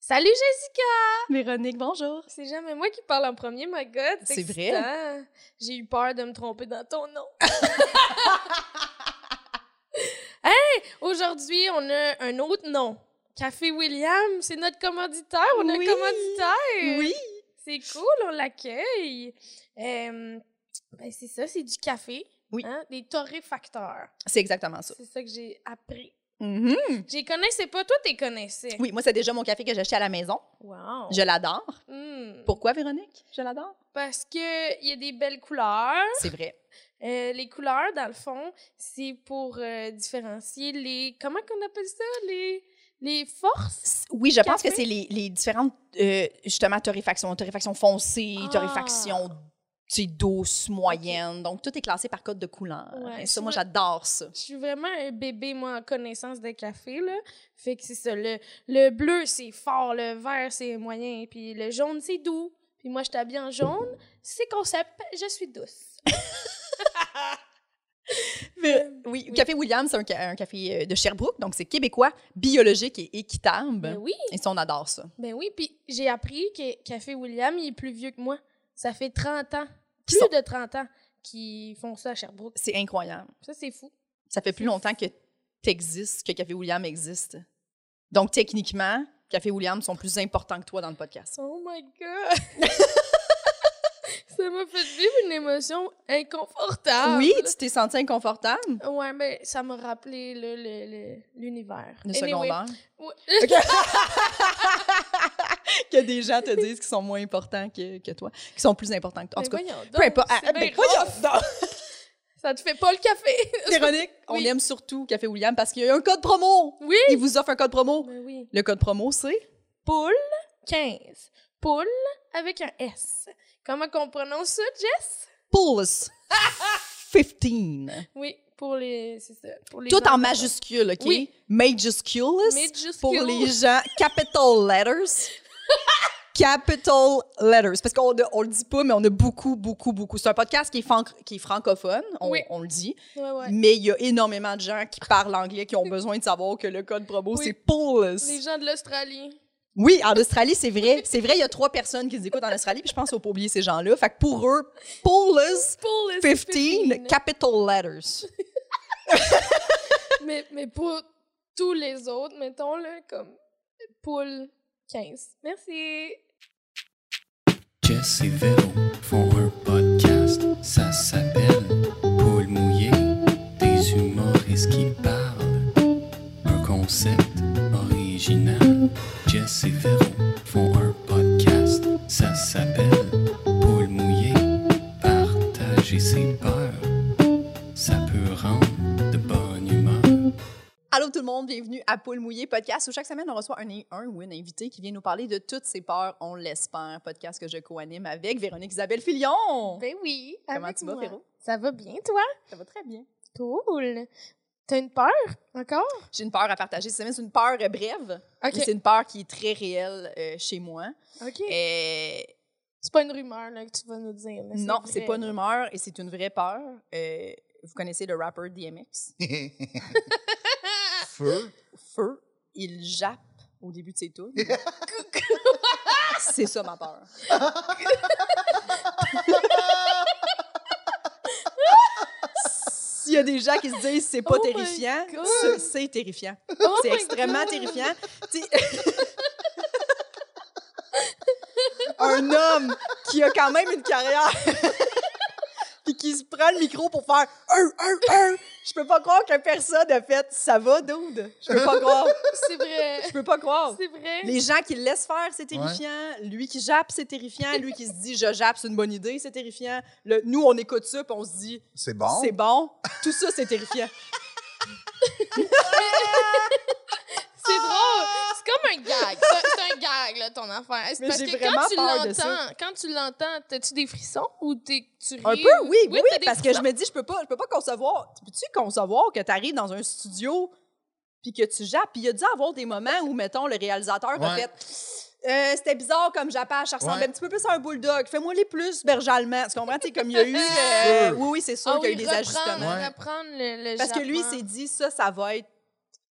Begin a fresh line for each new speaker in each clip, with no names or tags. Salut Jessica!
Véronique, bonjour.
C'est jamais moi qui parle en premier, my God.
C'est vrai.
excitant. J'ai eu peur de me tromper dans ton nom. hey! Aujourd'hui, on a un autre nom. Café William, c'est notre commanditaire. On a
Oui.
un commanditaire.
Oui.
C'est cool, on l'accueille. Euh, ben c'est ça, c'est du café.
Oui.
hein, Des torréfacteurs.
C'est exactement ça.
C'est ça que j'ai appris.
Mhm.
Je les connaissais pas, toi, tu les connaissais.
Oui, moi, c'est déjà mon café que j'achète à la maison.
Wow.
Je l'adore.
Hmm.
Pourquoi, Véronique? Je l'adore.
Parce que il y a des belles couleurs.
C'est vrai.
Euh, les couleurs, dans le fond, c'est pour euh, différencier les. Comment qu'on appelle ça? Les, les forces?
S- Oui, je pense
Café?
que c'est les, les différentes, euh, justement, torréfactions. Torréfaction foncée,
Ah.
torréfaction tu sais, douce, moyenne. Donc, tout est classé par code de couleur.
Ouais,
Et
tu
ça, moi,
vois-
j'adore ça.
Je suis vraiment un bébé, moi, en connaissance de café, là. Fait que c'est ça. Le, le bleu, c'est fort. Le vert, c'est moyen. Puis le jaune, c'est doux. Puis moi, je t'habille en jaune. C'est concept. Je suis douce. Euh,
Mais- oui,
oui.
Café William, c'est un, ca- un café euh, de Sherbrooke. Donc, c'est québécois, biologique et équitable.
Ben oui,
Et ça, on adore ça.
ben oui. Puis j'ai appris que Café William, il est plus vieux que moi. Ça fait 30 ans.
Qui
Plus
sont-
de 30 ans qu'ils font ça à Sherbrooke.
C'est incroyable.
Ça, c'est fou.
ça fait plus longtemps que t'existes que Café William existe. Donc, techniquement, Café William sont plus importants que toi dans le podcast.
Oh my god! ça m'a fait vivre une émotion inconfortable.
oui, tu t'es senti inconfortable
Ouais, mais ça m'a rappelé là, le- le- l'univers.
de
Anyway,
secondaire.
ouais.
Que des gens te disent qu'ils sont moins importants que, que toi, qu'ils sont plus importants que toi. En
Mais
tout cas,
voyons donc,
peu importe.
c'est
Ah,
bien
ben,
rough.
voyons donc.
Ça te fait pas le café!
Véronique, on
Oui.
aime surtout Café William parce qu'il y a un code promo.
Oui!
Il vous offre un code promo.
Ben oui.
Le code promo, c'est
Poule 15. Poule avec un S. Comment qu'on prononce ça, Jess?
Pulse 15.
Oui, pour les. C'est ça. Pour les
Tout en
enfants.
majuscule, OK?
Oui.
Majusculous.
Majuscule.
pour les gens. Capital letters. Capital letters. Parce qu'on ne- on le dit pas, mais on a beaucoup, beaucoup, beaucoup. C'est un podcast qui est, fan- qui est francophone, on,
Oui.
on le dit.
Ouais, ouais.
Mais il y a énormément de gens qui parlent anglais, qui ont besoin de savoir que le code promo,
Oui.
c'est PULS.
Les gens de l'Australie.
Oui, en Australie, c'est vrai. C'est vrai, il y a trois personnes qui nous écoutent en Australie, puis je pense qu'il faut pas oublier ces gens-là. Fait que pour eux, PULS
Poule
15, capital letters.
mais, mais pour tous les autres, mettons, là, comme poule 15. Merci.
Jess et Véro font un podcast, ça s'appelle Paul Mouillé, des humoristes qui parlent. Un concept original. Jess et Véro font un podcast, ça s'appelle Paul Mouillé, partager ses peurs, ça peut rendre de bonne humeur.
Allô tout le monde, bienvenue à Poule Mouillé Podcast où chaque semaine on reçoit un, un ou une invitée qui vient nous parler de toutes ses peurs, on l'espère. Podcast que je co-anime avec Véronique Isabelle Filion.
Ben oui.
Comment
avec
tu vas,
moi.
Véro?
Ça va bien, toi?
Ça va très bien.
Cool. T'as une peur encore?
J'ai une peur à partager cette semaine, c'est une peur euh, brève,
Ok.
mais c'est une peur qui est très réelle euh, chez moi.
Ok.
Euh,
C'est pas une rumeur là, que tu vas nous dire. là,
non, c'est
vrai.
pas une rumeur et c'est une vraie peur. Euh, vous connaissez le rapper DMX?
Feu?
Feu, il jappe au début de ses tours. c'est ça ma peur. S'il y a des gens qui se disent c'est pas
Oh my
terrifiant,
God.
ce- Hein? c'est terrifiant.
Oh
c'est
my
extrêmement
God.
terrifiant. Tu sais- Un homme qui a quand même une carrière puis qui se prend le micro pour faire un un un. Je peux pas croire que personne a fait ça va dude. Je peux pas croire.
C'est vrai.
Je peux pas croire.
C'est vrai.
Oh, Les gens qui le laissent faire, c'est terrifiant. Lui qui jappe, c'est terrifiant. Lui qui se dit je jappe, c'est une bonne idée, c'est terrifiant. Le, nous, on écoute ça, puis on se dit
C'est bon?
c'est bon. Tout ça, c'est terrifiant.
C'est
Ah!
drôle. C'est comme un gag. C'est un- C'est un gag, là, ton affaire. C'est
Mais
parce
j'ai
que
vraiment
quand tu
peur de ça.
l'entends, quand tu l'entends, t'as-tu des frissons ou t'es- tu ris? Ah
Un peu, oui,
ou-
oui,
t'as des
parce que je me dis je peux pas, je peux pas concevoir. Tu Peux-tu concevoir que tu arrives dans un studio puis que tu jappes, puis il y a dû avoir des moments où mettons le réalisateur a
Ouais.
fait Euh, c'était bizarre comme jappage, ça ressemblait
Ouais.
un petit peu plus à un bulldog. Fais-moi les plus berger allemand. Tu comprends? Tu sais, comme il y a eu. euh,
Sûr.
oui, oui, c'est sûr
Ah
qu'il y a eu
oui,
des
reprendre-
ajustements.
Ouais.
reprendre le- le
Parce que lui, il
jappement.
s'est dit, ça, ça va être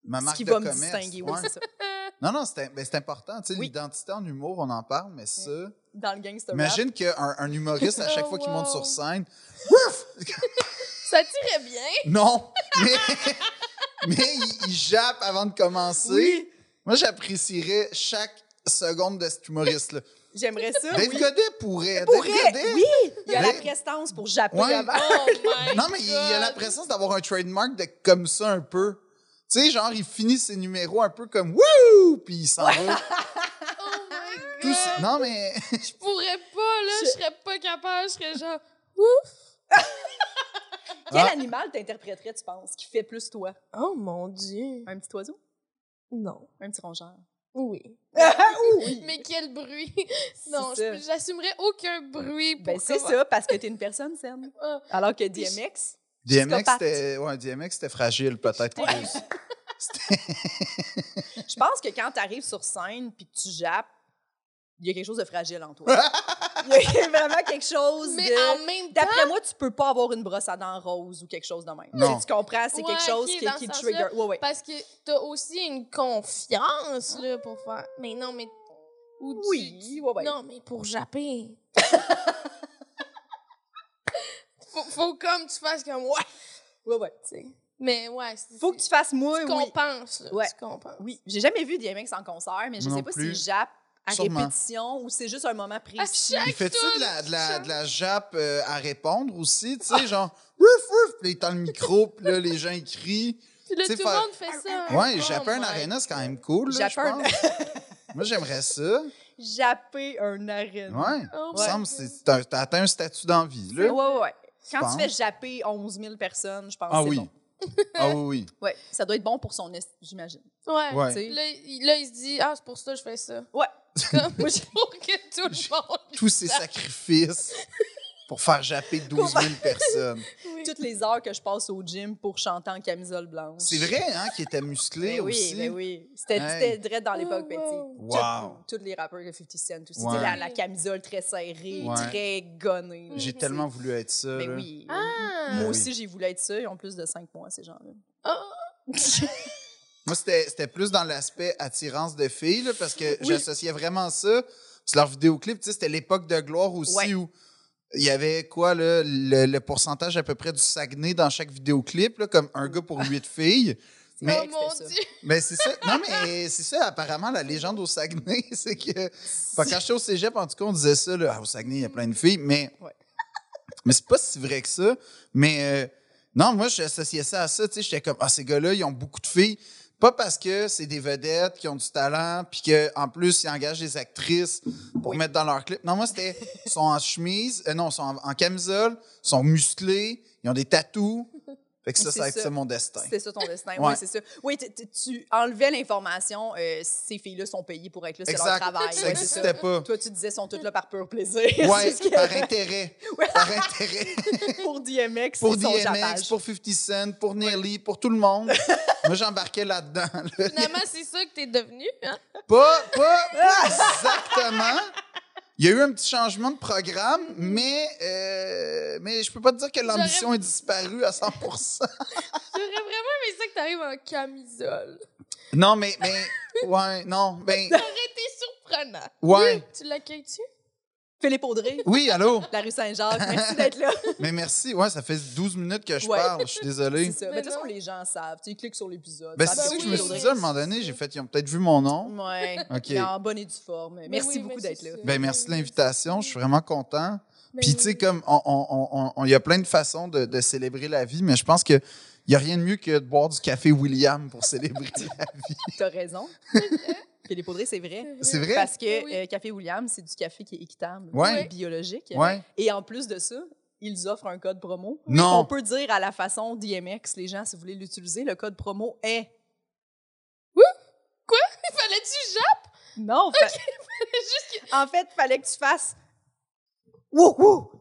Ma
ce
marque
qui
de
va me
commerce.
distinguer. Oui,
ouais.
c'est ça.
Non, non, c'est ben, c'est important. Tu sais,
Oui.
l'identité en humour, on en parle, mais ça.
dans le gangster rap.
Imagine qu'un un humoriste, à chaque
Oh,
fois qu'il monte
wow.
sur scène,
Ça tirait bien.
non, mais, mais il, il jappe avant de commencer.
Oui,
Moi, j'apprécierais chaque seconde de cet humoriste-là.
j'aimerais ça.
Dave
Ah oui.
Godet pourrait.
Pourrait,
Dave Godet.
oui, il y a la
Mais-
prestance pour japper
Ouais.
avant.
Oh my
Non, mais il y a la
God.
présence d'avoir un trademark de comme ça un peu. Tu sais, genre, il finit ses numéros un peu comme wouh, puis il s'en va.
Oh my
Tout
God.
ça- Non, mais.
Je pourrais pas, là. Je
Je-
serais pas capable. Je serais genre.
Quel
Ah.
animal t'interpréterais, tu penses, qui fait plus toi?
Oh mon Dieu.
Un petit oiseau?
Non.
Un petit rongeur?
Oui.
Ah, oui!
Mais quel bruit.
C'est
Non,
ça.
je- j'assumerais aucun bruit. Pour
Ben, c'est
comment-
ça, parce que t'es une personne saine.
Ah.
Alors que DMX,
DMX,
Psychopathe.
c'était ouais, DMX, c'était fragile, peut-être. plus.
je pense que quand t'arrives sur scène puis que tu jappes, il y a quelque chose de fragile en toi. Il y a vraiment quelque chose
Mais
de...
en même temps.
D'après moi, tu peux pas avoir une brosse à dents rose ou quelque chose de même.
Non.
Tu sais, Tu comprends? C'est
Ouais,
quelque chose
ok,
qui,
dans
qui
ce
te
sens-là.
trigger. Ouais, ouais.
Parce que t'as aussi une confiance, là, pour faire. Mais non, mais. ou tu-
Oui, ouais, ouais.
Non, mais pour japper. faut, faut comme tu fasses comme ouais,
ouais, ouais.
tu sais. Mais ouais, c'est-
Faut que tu fasses moi,
tu
oui.
compenses, là.
Ouais.
Tu compenses.
Oui, j'ai jamais vu DMX en concert, mais je
Moi
sais
non
pas
plus.
s'il jappe à
Sûrement.
répétition ou Ah, c'est juste un moment
À
précis.
chaque
Il fait-tu
tour,
de la, de
ça-
la, de la jappe euh, à répondre aussi, tu
Ah.
sais, genre ouf, ouf, puis là, il tend le micro, puis là, les gens ils crient.
Puis là, tout
Tu sais,
le
faire-
monde fait ça.
Ouais,
Oh
japper un
my
arena, c'est quand même cool. Là, je
Japper un-
pense. Moi, j'aimerais ça.
Japper un arène.
Ouais.
Oh
Il me
my
semble que c'est- t'as t'as atteint un statut d'envie,
Ouais,
là.
ouais, ouais. Quand
pense.
tu fais japper 11 000 personnes, je pense
Ah
que c'est
oui.
bon.
Ah oui,
Ouais, ça doit être bon pour son est, j'imagine.
Ouais.
oui. Ouais.
Tu sais.
Là, il, là, il se dit, ah, c'est pour ça que je fais ça.
Ouais.
Comme pour que tout le monde.
Tous ces sacrifices pour faire japper 12 000 personnes.
Oui.
Toutes les heures que je passe au gym pour chanter en camisole blanche.
C'est vrai, hein, qu'il était musclé
Ben oui,
aussi.
ben oui. C'était
Hey.
c'était direct dans l'époque ben,
Oh,
Betty.
wow.
Wow.
Tous les rappeurs de 50 Cent, tout
Ouais.
C'était la, la camisole très serrée,
Ouais.
très gonnée.
J'ai
Mhm.
tellement voulu être ça.
Ben
là.
oui.
Ah!
Ben
Moi
oui.
aussi, j'ai voulu être ça. Ils ont plus de 5 mois, ces gens-là.
Ah.
Moi, c'était c'était plus dans l'aspect attirance de filles, là, parce que
Oui.
j'associais vraiment ça. Puis leur vidéoclip, tu sais, c'était l'époque de gloire aussi
Ouais.
où il y avait quoi, là, le, le pourcentage à peu près du Saguenay dans chaque vidéoclip, là, comme un gars pour huit filles. Mais-
oh mon
C'était ça.
Dieu.
Mais c'est ça. Non, mais c'est ça, apparemment, la légende au Saguenay, c'est que. Fait que quand j'étais au cégep, en tout cas, on disait ça, là, Ah, au Saguenay, il y a plein de filles, mais.
Ouais.
Mais c'est pas si vrai que ça. Mais euh, non, moi, j'associais ça à ça, tu sais. J'étais comme, ah, ces gars-là, ils ont beaucoup de filles. Pas parce que c'est des vedettes qui ont du talent, puis qu'en plus, ils engagent des actrices pour mettre dans leur clip. Non, moi, c'était. Ils sont en chemise, euh, non, ils sont en, en camisole, ils sont musclés, ils ont des tatous. Fait que ça,
C'est
ça a été
ça.
ça mon destin.
C'était ça ton destin.
Ouais.
Oui, c'est ça. Oui, t- t- tu enlevais l'information, euh, ces filles-là sont payées pour être là, c'est leur
Exact.
travail.
Ça
Ouais, c'est ça.
n'existait pas.
Toi, tu disais, sont toutes là par pur plaisir.
Ouais,
C'est ce que-
par intérêt.
Ouais.
Par intérêt.
pour DMX,
Pour
c'est son
DMX,
jappage.
pour 50 Cent, pour Nelly, pour tout le monde. Moi, j'embarquais là-dedans. là.
Finalement, c'est ça que t'es devenu. Hein?
Pas, pas, pas
Ah!
exactement. Il y a eu un petit changement de programme,
Mm-hmm.
mais, euh, mais je peux pas te dire que l'ambition est disparue à 100
J'aurais vraiment aimé ça que t'arrives en camisole.
Non, mais, mais, ouais, non, ben,
T'es surprenant.
ouais.
Tu l'accueilles-tu?
Philippe Audrey,
Oui, allô?
la rue Saint-Jacques, merci d'être là.
Mais merci. Ouais, ça fait 12 minutes que je
Ouais.
parle. Je suis désolé.
C'est ça.
Mais
Mais de toute façon,
non.
les gens savent. Tu sais, Ils cliquent sur l'épisode.
Ben,
Ça
c'est ça
fait
que je me
oui,
suis
Philippe
dit à un moment donné. J'ai fait, ils ont peut-être vu mon nom.
Audrey. Ouais.
OK.
Mais en bonne et due forme. Merci
oui,
beaucoup
mais
d'être
c'est
là.
ça.
Ben, merci de l'invitation. Je suis vraiment content.
Ben
Puis, tu sais,
oui.
comme, on- on- on- on- il y a plein de façons de, de célébrer la vie, mais je pense qu'il n'y a rien de mieux que de boire du café William pour célébrer la vie.
T'as raison. Philippe Audrey, c'est vrai.
Eh, C'est vrai?
Parce que
Oui.
euh, Café William, c'est du café qui est équitable,
Ouais.
et biologique.
Ouais.
Et en plus de ça, ils offrent un code promo. On
Non.
peut dire à la façon DMX, les gens, si vous voulez l'utiliser, le code promo est.
Fallait-tu jappe?
Non, fa- en fait, fallait que tu fasses. Wouhou!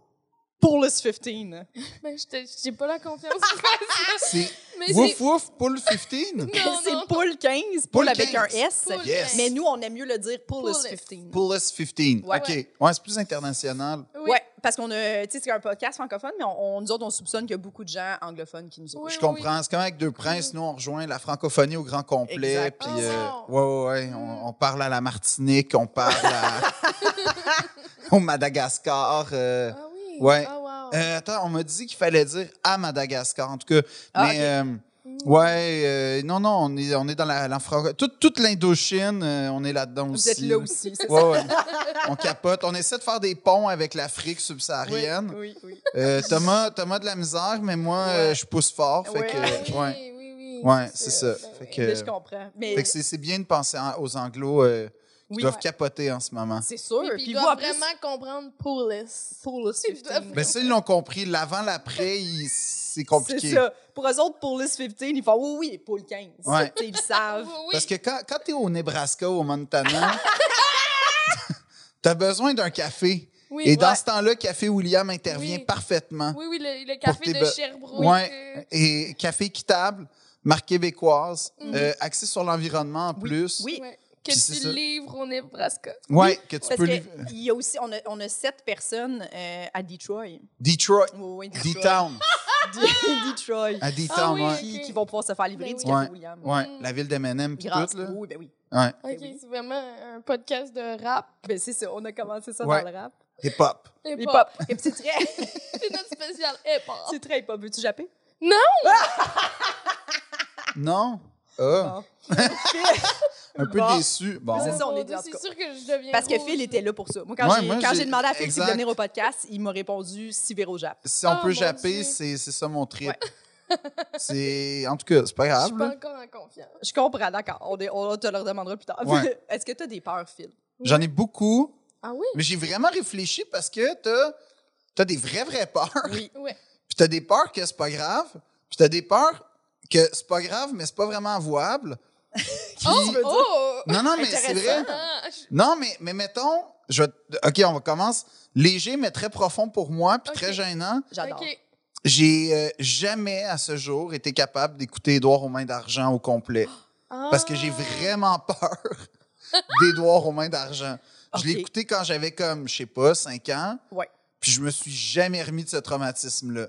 pour le 15.
Ben, je te- j'ai pas la confiance. pour faire ça.
C'est
Mais
Wouf
c'est.
Wouf Poule 15?
Non,
C'est
non.
poule 15, poule
Poule
avec un
15.
S.
Poule
Yes.
quinze.
Mais nous, on aime mieux le dire
Poule.
poule 15.
Poolus 15.
Ouais.
OK. Ouais, c'est plus international.
Oui.
Ouais, parce qu'on a, tu sais, c'est un podcast francophone, mais on, on- nous autres, on soupçonne qu'il y a beaucoup de gens anglophones qui nous écoutent.
Oui,
Je
oui, Mm-hmm.
comprends. C'est comme avec Deux Princes, nous, on rejoint la francophonie au grand complet.
Exact.
Puis,
Oh,
euh, ouais, ouais, ouais,
Mm.
on, on parle à la Martinique, on parle à, au Madagascar. euh.
Ah oui.
Ouais.
Ah, wow.
Euh, attends, on m'a dit qu'il fallait dire à Madagascar, en tout cas.
Ah,
mais,
ok.
euh, ouais, euh, non, non, on est, on est dans la, la franco- Toute, toute l'Indochine, euh, on est là-dedans
Vous
aussi.
êtes là aussi, c'est
Ouais, ouais. On capote. On essaie de faire des ponts avec l'Afrique subsaharienne.
Oui, oui, oui.
Euh, Thomas, Thomas de la misère, mais moi,
Ouais.
euh, je pousse fort. Fait
Ouais.
que,
Ah oui,
ouais.
oui, oui.
Ouais, c'est ça.
Ben
Fait
oui.
que-
Mais je comprends. Mais
Fait que c'est c'est bien de penser en- aux Anglo euh, qui
Oui.
doivent
Ouais.
capoter en ce moment.
c'est sûr.
Oui, puis
Puis
ils
vous,
doivent
en plus,
vraiment comprendre Poulis.
poule
Ils doivent-
15.
Ben ça, ils l'ont compris. L'avant, l'après, ils- c'est compliqué.
C'est ça. Pour eux autres, pour List 15, ils font oui, oui, Paul 15.
Ouais.
Tu sais, Ils
Ah,
savent.
oui.
Parce que quand, quand t'es au Nebraska ou au Montana, t'as besoin d'un café.
oui,
Et dans
ouais.
ce temps-là, Café William intervient
Oui.
parfaitement.
Oui, oui, le, le
Pour
café
tes
de
be-
Sherbrooke. euh,
Ouais. Et café équitable, marque québécoise,
Mhm.
euh, axé sur l'environnement en plus.
Oui.
ouais. Que
Puis c'est
tu
ça.
livres au Nebraska.
Ouais, que tu
Parce
peux. livrer.
qu'il y a aussi, on a, on a sept personnes euh, à Detroit.
Detroit,
Oui, oui, Detroit.
D-Town.
Detroit.
À D-Town,
Ah oui.
ouais.
Qui,
Ok.
qui vont pouvoir se faire livrer
Ben
du
oui.
café William.
Ouais,
Mm.
la ville d'Eminem puis
Grâce.
tout, là.
Oui, ben oui.
Ouais,
Ok,
oui.
c'est vraiment un podcast de rap.
Ben c'est ça, on a commencé ça
Ouais.
dans le rap.
hip-hop.
Hip-hop.
Hip-hop. Et puis c'est très,
C'est notre spécial hip-hop.
c'est très hip-hop. Veux-tu japper?
Non? Ah,
Bon.
un peu
Bon.
déçu. Bon.
C'est ça, on
Mon
est
Dieu,
dans ce
C'est
cas.
sûr que je deviens
Parce que
rouge.
Phil était là pour ça. Moi, quand
Ouais,
j'ai-
moi,
quand
j'ai-
j'ai demandé à Phil s'il
exact.
voulait venir au podcast, il m'a répondu si vire au Jap.
Si on
Oh,
peut
mon
japper,
Dieu.
c'est c'est ça mon trip.
Ouais.
C'est... En tout cas, c'est pas
Je suis
grave.
pas
là.
encore en confiance.
Je comprends, d'accord. On, est- on te le redemandera plus tard.
Ouais.
Est-ce que tu as des peurs, Phil?
J'en ai beaucoup,
Ah oui?
mais j'ai vraiment réfléchi parce que t'as as des vraies, vraies peurs.
Oui.
Ouais.
Puis t'as des peurs que c'est pas grave. Puis t'as des peurs que c'est pas grave, mais c'est pas vraiment avouable. Puis-
Oh! oh!
Non, non, mais c'est vrai.
Intéressant.
Ah, je-
Non, mais, mais mettons... Je... vais te- OK, on commence. Léger, mais très profond pour moi, puis
OK.
très gênant.
J'adore.
ok.
J'ai euh, jamais à ce jour été capable d'écouter Édouard aux mains d'argent au complet parce que j'ai
Ah.
vraiment peur d'Édouard aux mains d'argent. Je l'ai
Ok.
écouté quand j'avais comme, je sais pas, 5 ans.
Ouais.
Puis je me suis jamais remis de ce traumatisme-là.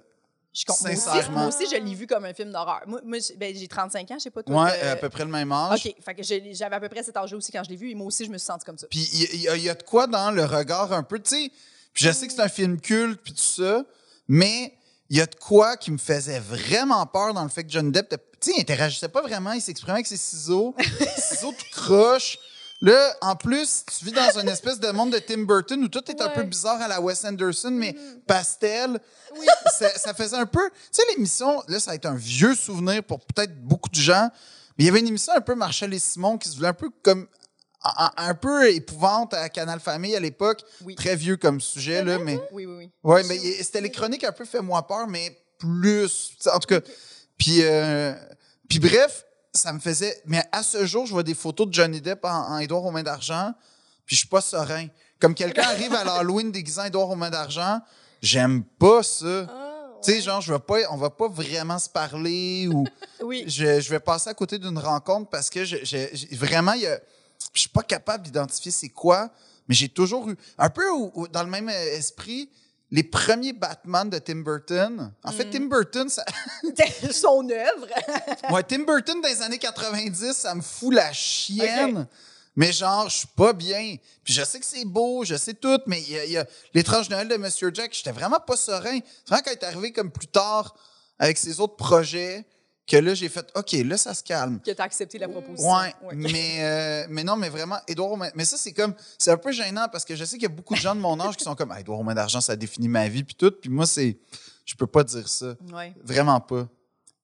Je comprends. Moi aussi,
Sincèrement.
Moi aussi, je l'ai vu comme un film d'horreur. Moi, moi, j'ai- ben, j'ai 35 ans, je sais pas toi.
Moi,
que-
à peu près le même âge.
OK. Fait que je- j'avais à peu près cet âge aussi quand je l'ai vu et moi aussi, je me suis sentie comme ça.
Puis il il y, a- il y a de quoi dans le regard un peu, tu sais. Puis je sais que c'est un film culte, puis tout ça, mais il y a de quoi qui me faisait vraiment peur dans le fait que John Depp, tu sais, il interagissait pas vraiment, il s'exprimait avec ses ciseaux, ses ciseaux tout croche. Là, en plus, tu vis dans une espèce de monde de Tim Burton où tout est un
Ouais. Mm.
peu bizarre à la Wes Anderson, mais pastel.
Oui.
Ça, ça faisait un peu. Tu sais, l'émission, là, ça va être un vieux souvenir pour peut-être beaucoup de gens, mais il y avait une émission un peu Marshall et Simon qui se voulait un peu comme un, un peu épouvante à Canal Famille à l'époque.
Oui.
Très vieux comme sujet, là, mais.
Oui, oui, oui.
Ouais, mais il- c'était les chroniques un peu fais-moi peur, mais plus. tu sais, En tout cas. Puis, euh, puis bref, ça me faisait. Mais à ce jour, je vois des photos de Johnny Depp en, en Édouard aux mains d'argent, puis je suis pas serein. Comme quelqu'un arrive à l'Halloween déguisant Édouard aux mains d'argent, j'aime pas ça.
Ah,
Tu sais,
ouais.
genre, je vais pas, on va pas vraiment se parler ou
Oui.
je, je vais passer à côté d'une rencontre parce que je, je- je- vraiment, il y a- je suis pas capable d'identifier c'est quoi, mais j'ai toujours eu, un peu au- au- dans le même euh, esprit, les premiers Batman de Tim Burton. En fait, Tim Burton, ça,
Son œuvre.
ouais, Tim Burton des années 90, ça me fout la chienne. Mais genre, je suis pas bien. Puis je sais que c'est beau, je sais tout, mais il y a, il y a l'étrange Noël de Monsieur Jack, j'étais vraiment pas serein. C'est vraiment quand il est arrivé comme plus tard avec ses autres projets que là, j'ai fait, OK, là, ça se calme.
que tu as accepté la proposition.
Ouais, mais euh, mais non, mais vraiment, Édouard Romain. Mais ça, c'est comme, c'est un peu gênant parce que je sais qu'il y a beaucoup de gens de mon âge qui sont comme, ah, Édouard Romain d'argent, ça définit ma vie puis tout. Puis moi, c'est, je peux pas dire ça,
Ouais.
vraiment pas.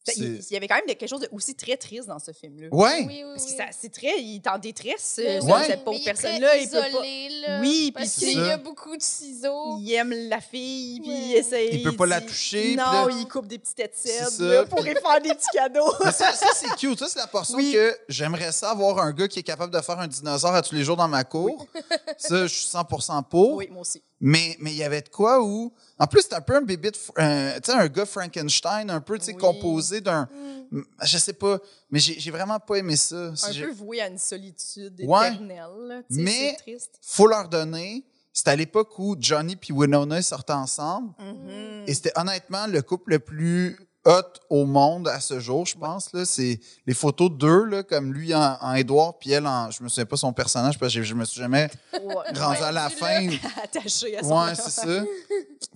Fait, Ben, Il,
C'est-
il y avait quand même de- quelque chose de aussi très triste dans ce film-là.
Ouais,
Oui, oui,
Parce que
oui.
ça- c'est très. Il est en détresse, euh,
Mais
ce-
Ouais.
cette
Mais
pauvre
il est
personne-là.
très
Il peut pas.
isolé, là,
Oui,
parce
puis
qu'il y
ça.
a beaucoup de ciseaux.
Il aime la fille, puis il
Ouais.
essaye.
Il peut pas la
dit-
toucher,
Non,
puis là-
il coupe des petites étièdes
C'est ça,
là, pour
puis-
lui faire des petits cadeaux.
Mais ça, ça, c'est cute. Ça, c'est la portion
Oui.
que j'aimerais ça avoir un gars qui est capable de faire un dinosaure à tous les jours dans ma cour. Ça, je suis 100 pour.
Oui, moi aussi.
Mais mais il y avait de quoi où. En plus, c'est un peu un bébé, de Fr- euh, tu sais, un gars Frankenstein, un peu, tu sais,
Oui. Mm.
composé d'un. Je sais pas, mais j'ai j'ai vraiment pas aimé ça.
Un
Si j'ai-
peu voué à une solitude
Ouais.
éternelle. là, tu sais,
Mais-
C'est triste.
Faut leur donner. C'était à l'époque où Johnny puis Winona ils sortaient ensemble.
Mhm.
Et c'était honnêtement le couple le plus hot au monde à ce jour, je pense. là. C'est les photos d'eux, là, comme lui en, en Édouard, puis elle en. Je me souviens pas son personnage parce que j'ai- je me suis jamais
Mm-hmm. Ouais.
rendu à la fin.
Attaché à son
Ouais, c'est ça.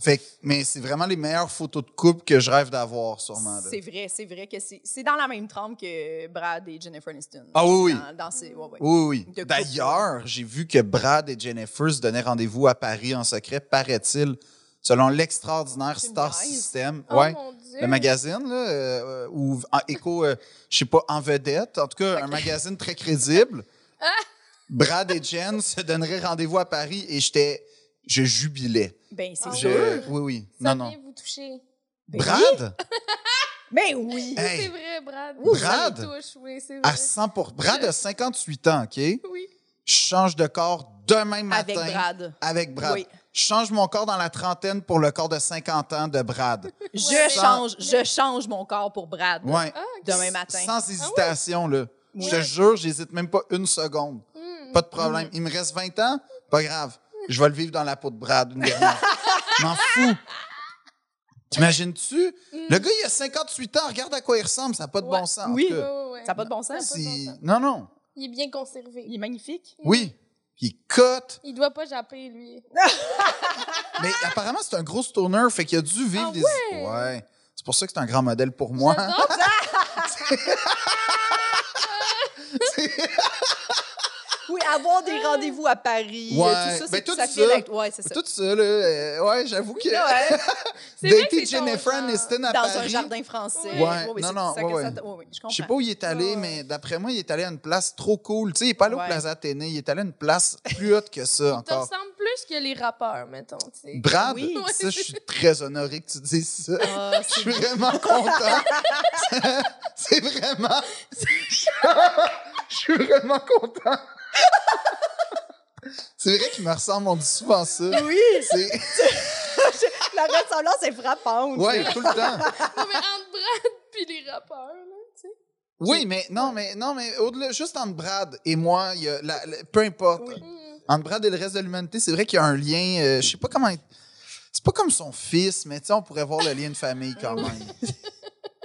Fait que- mais c'est vraiment les meilleures photos de couple que je rêve d'avoir, sûrement. là.
C'est vrai, c'est vrai que c'est c'est dans la même trempe que Brad et Jennifer Aniston.
Ah oui, oui.
Dans, dans ces- ouais, ouais.
Oui,
De
oui.
couple.
D'ailleurs, j'ai vu que Brad et Jennifer se donnaient rendez-vous à Paris en secret, paraît-il, selon l'extraordinaire
C'est
Star
nice.
System.
Oh
ouais.
mon Dieu.
Le magazine, là, euh, ou en écho, euh, je sais pas, en vedette, en tout cas, un magazine très crédible.
Ah!
Brad et Jen se donneraient rendez-vous à Paris et j'étais. Je jubilais.
Ben, c'est
Ah
Je-
sûr.
ouais?
oui, oui.
Ça
Non, non.
vient vous toucher.
Ben oui.
Brad?
Ben oui.
Oui,
Hey.
C'est vrai, Brad. Ça
Ouh,
me
Brad? Ah,
touche, oui, c'est vrai.
À 100 pour... Brad a 58 ans, OK? Je
Oui.
change de corps demain matin.
Avec Brad.
Avec Brad.
Oui.
Je change mon corps dans la trentaine pour le corps de 50 ans de Brad.
Je
mais-
change, je change mon corps pour Brad.
Ouais.
Ah, ok.
Demain matin.
Sans hésitation, là. Je te
Ouais.
jure, j'hésite même pas une seconde.
Hmm.
Pas de
Mm.
problème. Il me reste 20 ans, pas grave. Je vais le vivre dans la peau de Brad une dernière. Je M'en fous. T'imagines-tu?
Hmm.
Le gars, il a 58 ans, regarde à quoi il ressemble, ça n'a pas de
Ouais.
bon sens. en
Oui.
tout
Ouais,
cas.
ouais, ouais.
Ça n'a pas de bon sens.
Ça a pas de
Si-
bon sens.
Non, non.
Il est bien conservé.
Il est magnifique.
Oui. Il cote.
Il doit pas japper, lui.
Mais apparemment, c'est un gros stoner, fait qu'il a dû vivre
Ah
des.
ouais?
Ouais. C'est pour ça que c'est un grand modèle pour moi.
J'adore.
Oui, avoir des rendez-vous à Paris.
Ah. Ouais.
Tout ça,
Ben,
c'est
tout
ça.
ça.
fait la- Ouais, c'est ça.
Tout ça, là. euh, ouais, j'avoue que.
Ouais,
C'est vrai
Dater
que c'est ton
Jennifer
genre.
Aniston à
dans
Paris.
un jardin français.
Ouais.
Non,
c'est
non,
ça que
ouais,
ça-
ouais.
ouais, je comprends.
Je sais pas où il est allé,
Ouais.
mais d'après moi, il est allé à une place trop cool. Tu sais, il est pas allé au
Ouais.
Plaza Athénée, il est allé à une place plus haute que ça
Ça
encore.
ressemble plus que les rappeurs, mettons. tu sais.
Brad,
Oui.
ça, je suis très honoré que tu dises ça.
Ah,
Je suis vraiment content. C'est vraiment. Je suis vraiment content. C'est vrai qu'il me ressemble, on dit souvent ça.
oui,
C'est.
la ressemblance est frappante.
Ouais, tout le temps.
Non, mais entre Brad puis les rappeurs, là, tu sais.
Oui, mais non, mais non, mais au-delà, juste entre Brad et moi, il y a la- la- peu importe.
Hmm.
Entre Brad et le reste de l'humanité, c'est vrai qu'il y a un lien. euh, je sais pas comment. C'est pas comme son fils, mais tu sais, on pourrait voir le lien de famille quand même.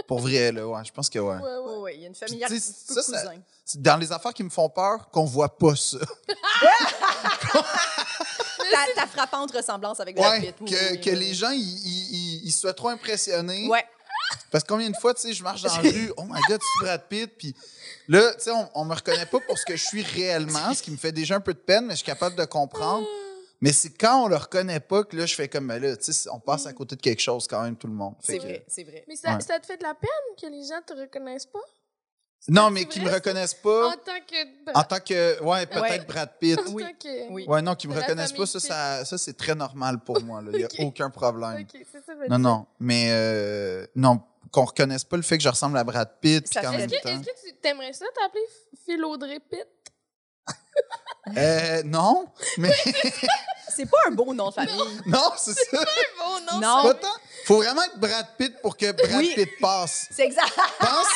Pour vrai, là, ouais, je pense que ouais.
Ouais,
Ouais,
ouais.
ouais, il y a une familiarité
Puis,
de
tu sais, ça, ça-
cousins.
C'est dans les affaires qui me font peur qu'on voit pas ça.
Ta, ta frappante ressemblance avec Brad
Ouais,
Pitt. oui,
que,
oui,
que
oui,
les
oui.
gens, ils, ils- ils- ils soient trop impressionnés.
Ouais.
Parce que combien de fois, tu sais, je marche dans la rue, oh my god, c'est Brad Pitt, puis là, tu sais, on, on me reconnaît pas pour ce que je suis réellement, ce qui me fait déjà un peu de peine, mais je suis capable de comprendre.
Ah.
Mais c'est quand on le reconnaît pas que là, je fais comme, ben là, tu sais, on passe à côté de quelque chose quand même, tout le monde. Fait
C'est
que-
vrai, c'est vrai.
Mais ça,
Ouais.
ça te fait de la peine que les gens te reconnaissent pas
Non, mais
C'est
qu'ils me
vrai,
reconnaissent pas
en tant que.
en tant que, ouais, peut-être
Ouais.
Brad Pitt.
en
Oui.
tant que.
Oui.
Ouais, non, qu'ils me
De la
reconnaissent pas,
famille
ça,
Pitt.
ça, ça, c'est très normal pour moi, là. Il y a
Ok.
aucun problème.
Ok, c'est ça. je veux dire.
Non, non, mais euh, non, qu'on reconnaisse pas le fait que je ressemble à Brad Pitt, puis
Ça
qu'en
fait-
même
Est-ce que,
temps.
est-ce que tu t'aimerais ça t'appeler Phil Audrey Pitt?
Euh, non, mais
C'est pas un beau nom de famille.
non, c'est ça.
Bon,
Oh non,
C'est
Non.
pas tant- Faut vraiment être Brad Pitt pour que Brad
Oui.
Pitt passe.
C'est exact.
Pense,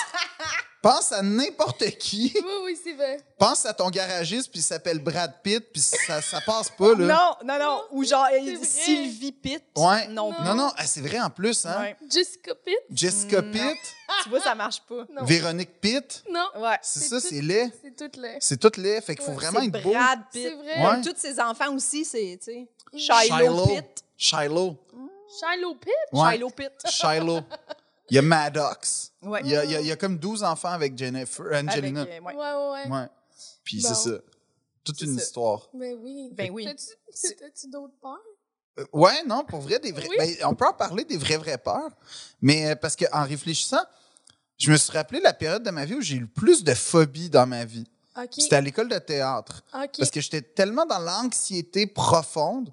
pense à n'importe qui.
Oui, oui, c'est vrai.
Pense à ton garagiste, puis il s'appelle Brad Pitt, puis ça, ça passe pas, là.
Non, non, non. Ou genre euh,
vrai.
Sylvie Pitt.
Ouais.
Non, plus.
Non, non, ah, c'est vrai en plus, hein.
Ouais.
Jessica Pitt?
Jessica
Non.
Pitt,
Tu vois, ça marche pas.
Non.
Véronique Pitt,
Non.
Ouais.
c'est
C'est
Ah, ça,
tout-
c'est laid.
C'est tout là.
C'est tout laid, fait qu'il faut
Ouais,
vraiment
c'est
être beau.
Brad Pitt.
C'est vrai.
Ouais.
Tous ses enfants aussi, c'est, tu sais,
Mm.
Shiloh
Shiloh.
Pitt.
Shiloh.
Shiloh Pitt?
Ouais.
Shiloh Pitt.
Shiloh. Il y a Maddox.
Ouais.
Il y a, il y a- il y a comme 12 enfants avec Jennifer,
Avec,
Angelina.
euh, ouais.
ouais, ouais.
Ouais. Puis
Bon.
c'est ça. Toute
C'est
une
ça.
histoire.
Ben oui.
Ben oui.
T'as-tu t'as-tu d'autres peurs?
Euh, ouais, non, pour vrai, des vrais.
Oui.
ben, on peut en parler des vraies, vraies peurs. Mais euh, parce qu'en réfléchissant, je me suis rappelé la période de ma vie où j'ai eu le plus de phobies dans ma vie.
Ok.
C'était à l'école de théâtre.
Ok.
Parce que j'étais tellement dans l'anxiété profonde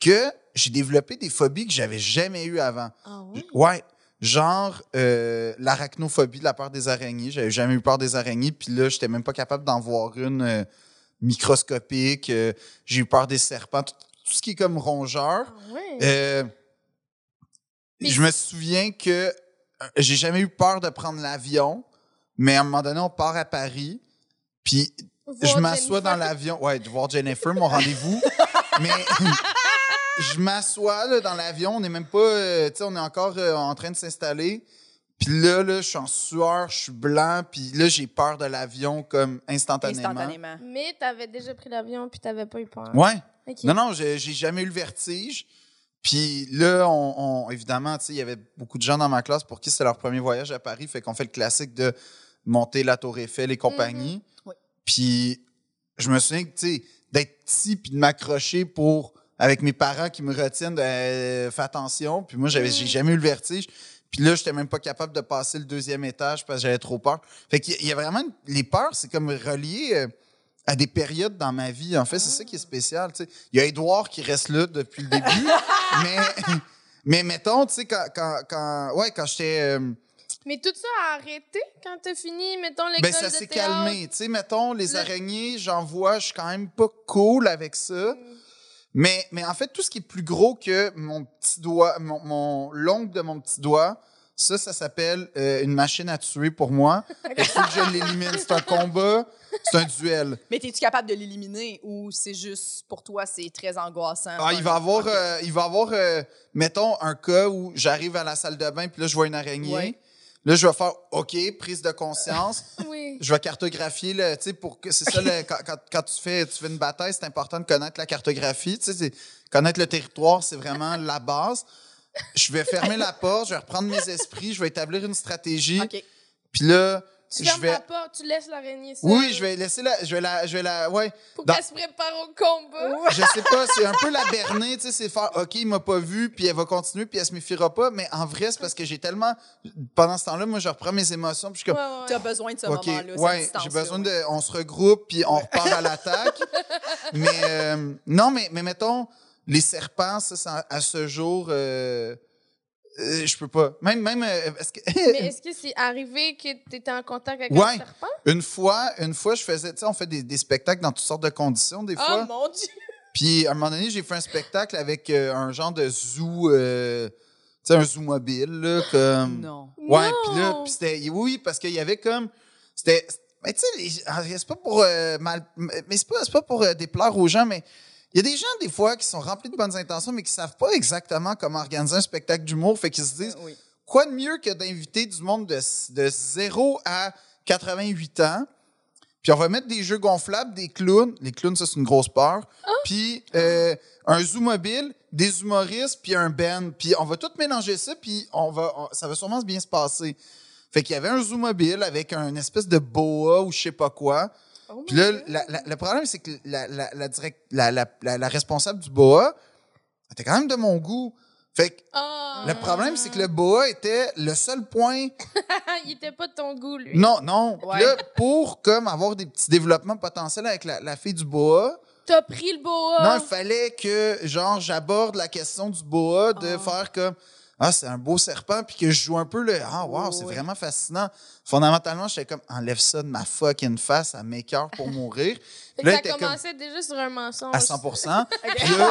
que j'ai développé des phobies que j'avais jamais eues avant.
Ah ouais?
Ouais. Genre euh, l'arachnophobie, la peur des araignées. J'avais jamais eu peur des araignées, puis là, j'étais même pas capable d'en voir une euh, microscopique. Euh, j'ai eu peur des serpents, tout- tout ce qui est comme rongeur.
Ah ouais.
Euh,
Mais-
je me souviens que euh, j'ai jamais eu peur de prendre l'avion, mais à un moment donné, on part à Paris, puis
Voir
je m'assois
Jennifer.
dans l'avion. Ouais, de voir Jennifer, mon rendez-vous. mais je m'assois là, dans l'avion. On n'est même pas. euh, tu sais, on est encore euh, en train de s'installer. Puis là, là, je suis en sueur, je suis blanc. Puis là, j'ai peur de l'avion comme instantanément.
instantanément.
Mais t'avais déjà pris l'avion puis t'avais pas eu peur.
Ouais.
Ok.
Non, non, j'ai j'ai jamais eu le vertige. Puis là, on, on- évidemment, tu sais, il y avait beaucoup de gens dans ma classe pour qui c'était leur premier voyage à Paris. Fait qu'on fait le classique de monter la Tour Eiffel et compagnie.
Mhm.
Oui.
Puis je me souviens que, tu sais, d'être petit puis de m'accrocher pour, avec mes parents qui me retiennent, de, euh, fais attention. Puis moi, j'avais, j'ai jamais eu le vertige. Puis là, j'étais même pas capable de passer le deuxième étage parce que j'avais trop peur. Fait qu'il y a- il y a vraiment, une- les peurs, c'est comme relié euh, à des périodes dans ma vie. En fait, c'est ça qui est spécial, tu sais. Il y a Édouard qui reste là depuis le début. mais, mais mettons, tu sais, quand, quand, quand, ouais, quand j'étais, euh,
Mais tout ça a arrêté quand t'as fini, mettons, l'école
ben, ça
de
s'est
théâtre.
calmé. Tu sais, mettons, les
Le-
araignées, j'en vois, je suis quand même pas cool avec
Mm.
ça. Mais, mais en fait, tout ce qui est plus gros que mon petit doigt, mon, mon- l'ongle de mon petit doigt, ça, ça s'appelle euh, une machine à tuer pour moi. Il faut que je l'élimine. C'est un combat, c'est un duel.
Mais es-tu capable de l'éliminer ou c'est juste pour toi, c'est très angoissant?
Ah, il va avoir, euh, il va avoir euh, mettons, un cas où j'arrive à la salle de bain, puis là, je vois une araignée.
Ouais.
Là, je vais faire OK, prise de conscience.
Oui.
Je vais cartographier, là, tu sais, pour que c'est ça, le- quand, quand- quand tu, fais, tu fais une bataille, c'est important de connaître la cartographie. Tu sais, c'est- connaître le territoire, c'est vraiment la base. Je vais fermer la porte, je vais reprendre mes esprits, je vais établir une stratégie.
OK.
Puis là,
Tu
je
fermes
vais.
la porte, euh, tu laisses l'araignée seule.
Oui, je vais laisser la. Je vais la. Je vais la. Ouais.
Pour
dans-
qu'elle se prépare au combat.
Je sais pas, c'est un peu la berner, tu sais, c'est faire OK, il m'a pas vu, puis elle va continuer, puis elle se méfiera pas. Mais en vrai, c'est parce que j'ai tellement. Pendant ce temps-là, moi, je reprends mes émotions, puis je suis comme.
Ouais, ouais, ouais.
Tu as besoin de ce
OK,
moment-là. cette
ouais, j'ai
distance-là,
besoin
ouais.
de. euh, On se regroupe, puis on repart à l'attaque. mais euh, non, mais, mais mettons, les serpents, ça, ça, à ce jour, euh, euh, je peux pas. Même. même euh, parce que-
Mais est-ce que c'est arrivé que tu étais en contact avec
Ouais.
un serpent?
une fois, une fois, je faisais. Tu sais, on fait des, des spectacles dans toutes sortes de conditions, des fois.
Oh mon Dieu!
Puis à un moment donné, j'ai fait un spectacle avec euh, un genre de zoo, euh, tu sais, un zoo mobile, là, comme.
Non.
Ouais,
Non!
puis là, puis c'était, oui, parce qu'il y avait comme, c'était, mais tu sais, les- ah, c'est pas pour euh, mal, mais c'est pas, c'est pas pour euh, déplaire aux gens, mais il y a des gens des fois qui sont remplis de bonnes intentions, mais qui savent pas exactement comment organiser un spectacle d'humour, fait qu'ils se disent,
Oui.
quoi de mieux que d'inviter du monde de, de 0 à 88 ans? Puis on va mettre des jeux gonflables, des clowns. Les clowns, ça, c'est une grosse peur. Puis euh, un zoo mobile, des humoristes, puis un band. Puis on va tout mélanger ça, puis on va, on- ça va sûrement bien se passer. Fait qu'il y avait un zoo mobile avec un espèce de boa ou je sais pas quoi.
Oh
Puis là, la- la- le problème, c'est que la, la, la, direct- la, la, la- la responsable du boa, elle était quand même de mon goût. Fait que
Ah!
le problème, c'est que le boa était le seul point.
Il était pas de ton goût, lui.
Non, non. Puis
Ouais.
Là, pour comme avoir des petits développements potentiels avec la, la fille du boa,
T'as pris le
Oh.
boa.
non, il fallait que, genre, j'aborde la question du boa, de
Ah.
faire comme Ah, c'est un beau serpent, puis que je joue un peu le Ah, wow, c'est
Oh, Oui.
vraiment fascinant. Fondamentalement, j'étais comme Enlève ça de ma fucking face, à mes cœurs pour mourir.
Fait
Puis
que
là,
ça
il était comme
commençait déjà sur un mensonge.
à 100 Puis là,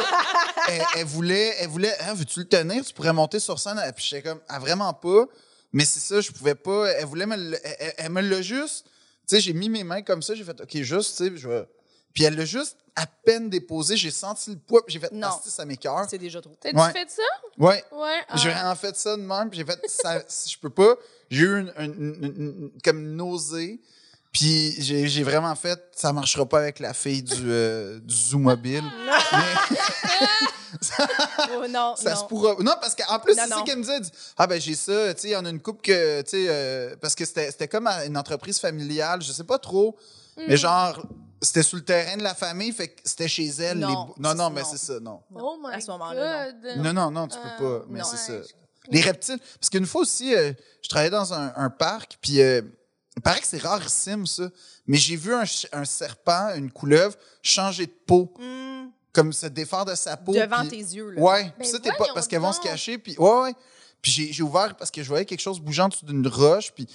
elle, elle voulait, elle voulait, Hein, veux-tu le tenir? Tu pourrais monter sur scène. Puis j'étais comme, ah, vraiment pas. Mais c'est ça, je pouvais pas. Elle voulait me le- elle, elle- elle me l'a juste. Tu sais, j'ai mis mes mains comme ça, j'ai fait, OK, juste, tu sais, je vais. Puis elle l'a juste à peine déposé, j'ai senti le poids, puis j'ai fait,
Non.
non, ça m'écœure.
C'est déjà trop.
T'as-tu
Ouais.
fait ça?
Ouais.
Ouais. ah.
J'ai en fait ça de même, puis j'ai fait, ça, je peux pas. J'ai eu une, une- une- une- une- comme une nausée. Puis j'ai j'ai vraiment fait, ça marchera pas avec la fille du, euh, du zoo mobile. Mais-
Oh, non,
Ça
non.
se pourra. Non, parce qu'en plus,
Non,
c'est ça
non.
qu'elle me dit. Elle dit, Ah, ben, j'ai ça. Tu sais, il y en a une coupe que. Tu sais, euh, parce que c'était c'était comme à une entreprise familiale, je sais pas trop.
Hmm.
Mais
Mm.
genre, c'était sous le terrain de la famille, fait que c'était chez elle.
Non,
les bou- non, non,
c'est-
mais
non.
c'est ça, non.
Oh my
À ce moment-là,
God.
Non, non, non, tu
Euh,
peux pas. Mais
non.
c'est
Ouais,
ça. Les reptiles. Parce qu'une fois aussi, euh, je travaillais dans un, un parc, puis euh, il paraît que c'est rarissime, ça. Mais j'ai vu un, ch- un serpent, une couleuvre, changer de peau,
Hmm,
comme se défaire de sa peau.
devant
puis-
tes yeux, là.
Ouais,
Ben
pis ça, t'es pas.
voyons
Parce qu'elles vont se
donc.
cacher, puis ouais, ouais. Puis j'ai, j'ai ouvert parce que je voyais quelque chose bougeant dessous d'une roche, puis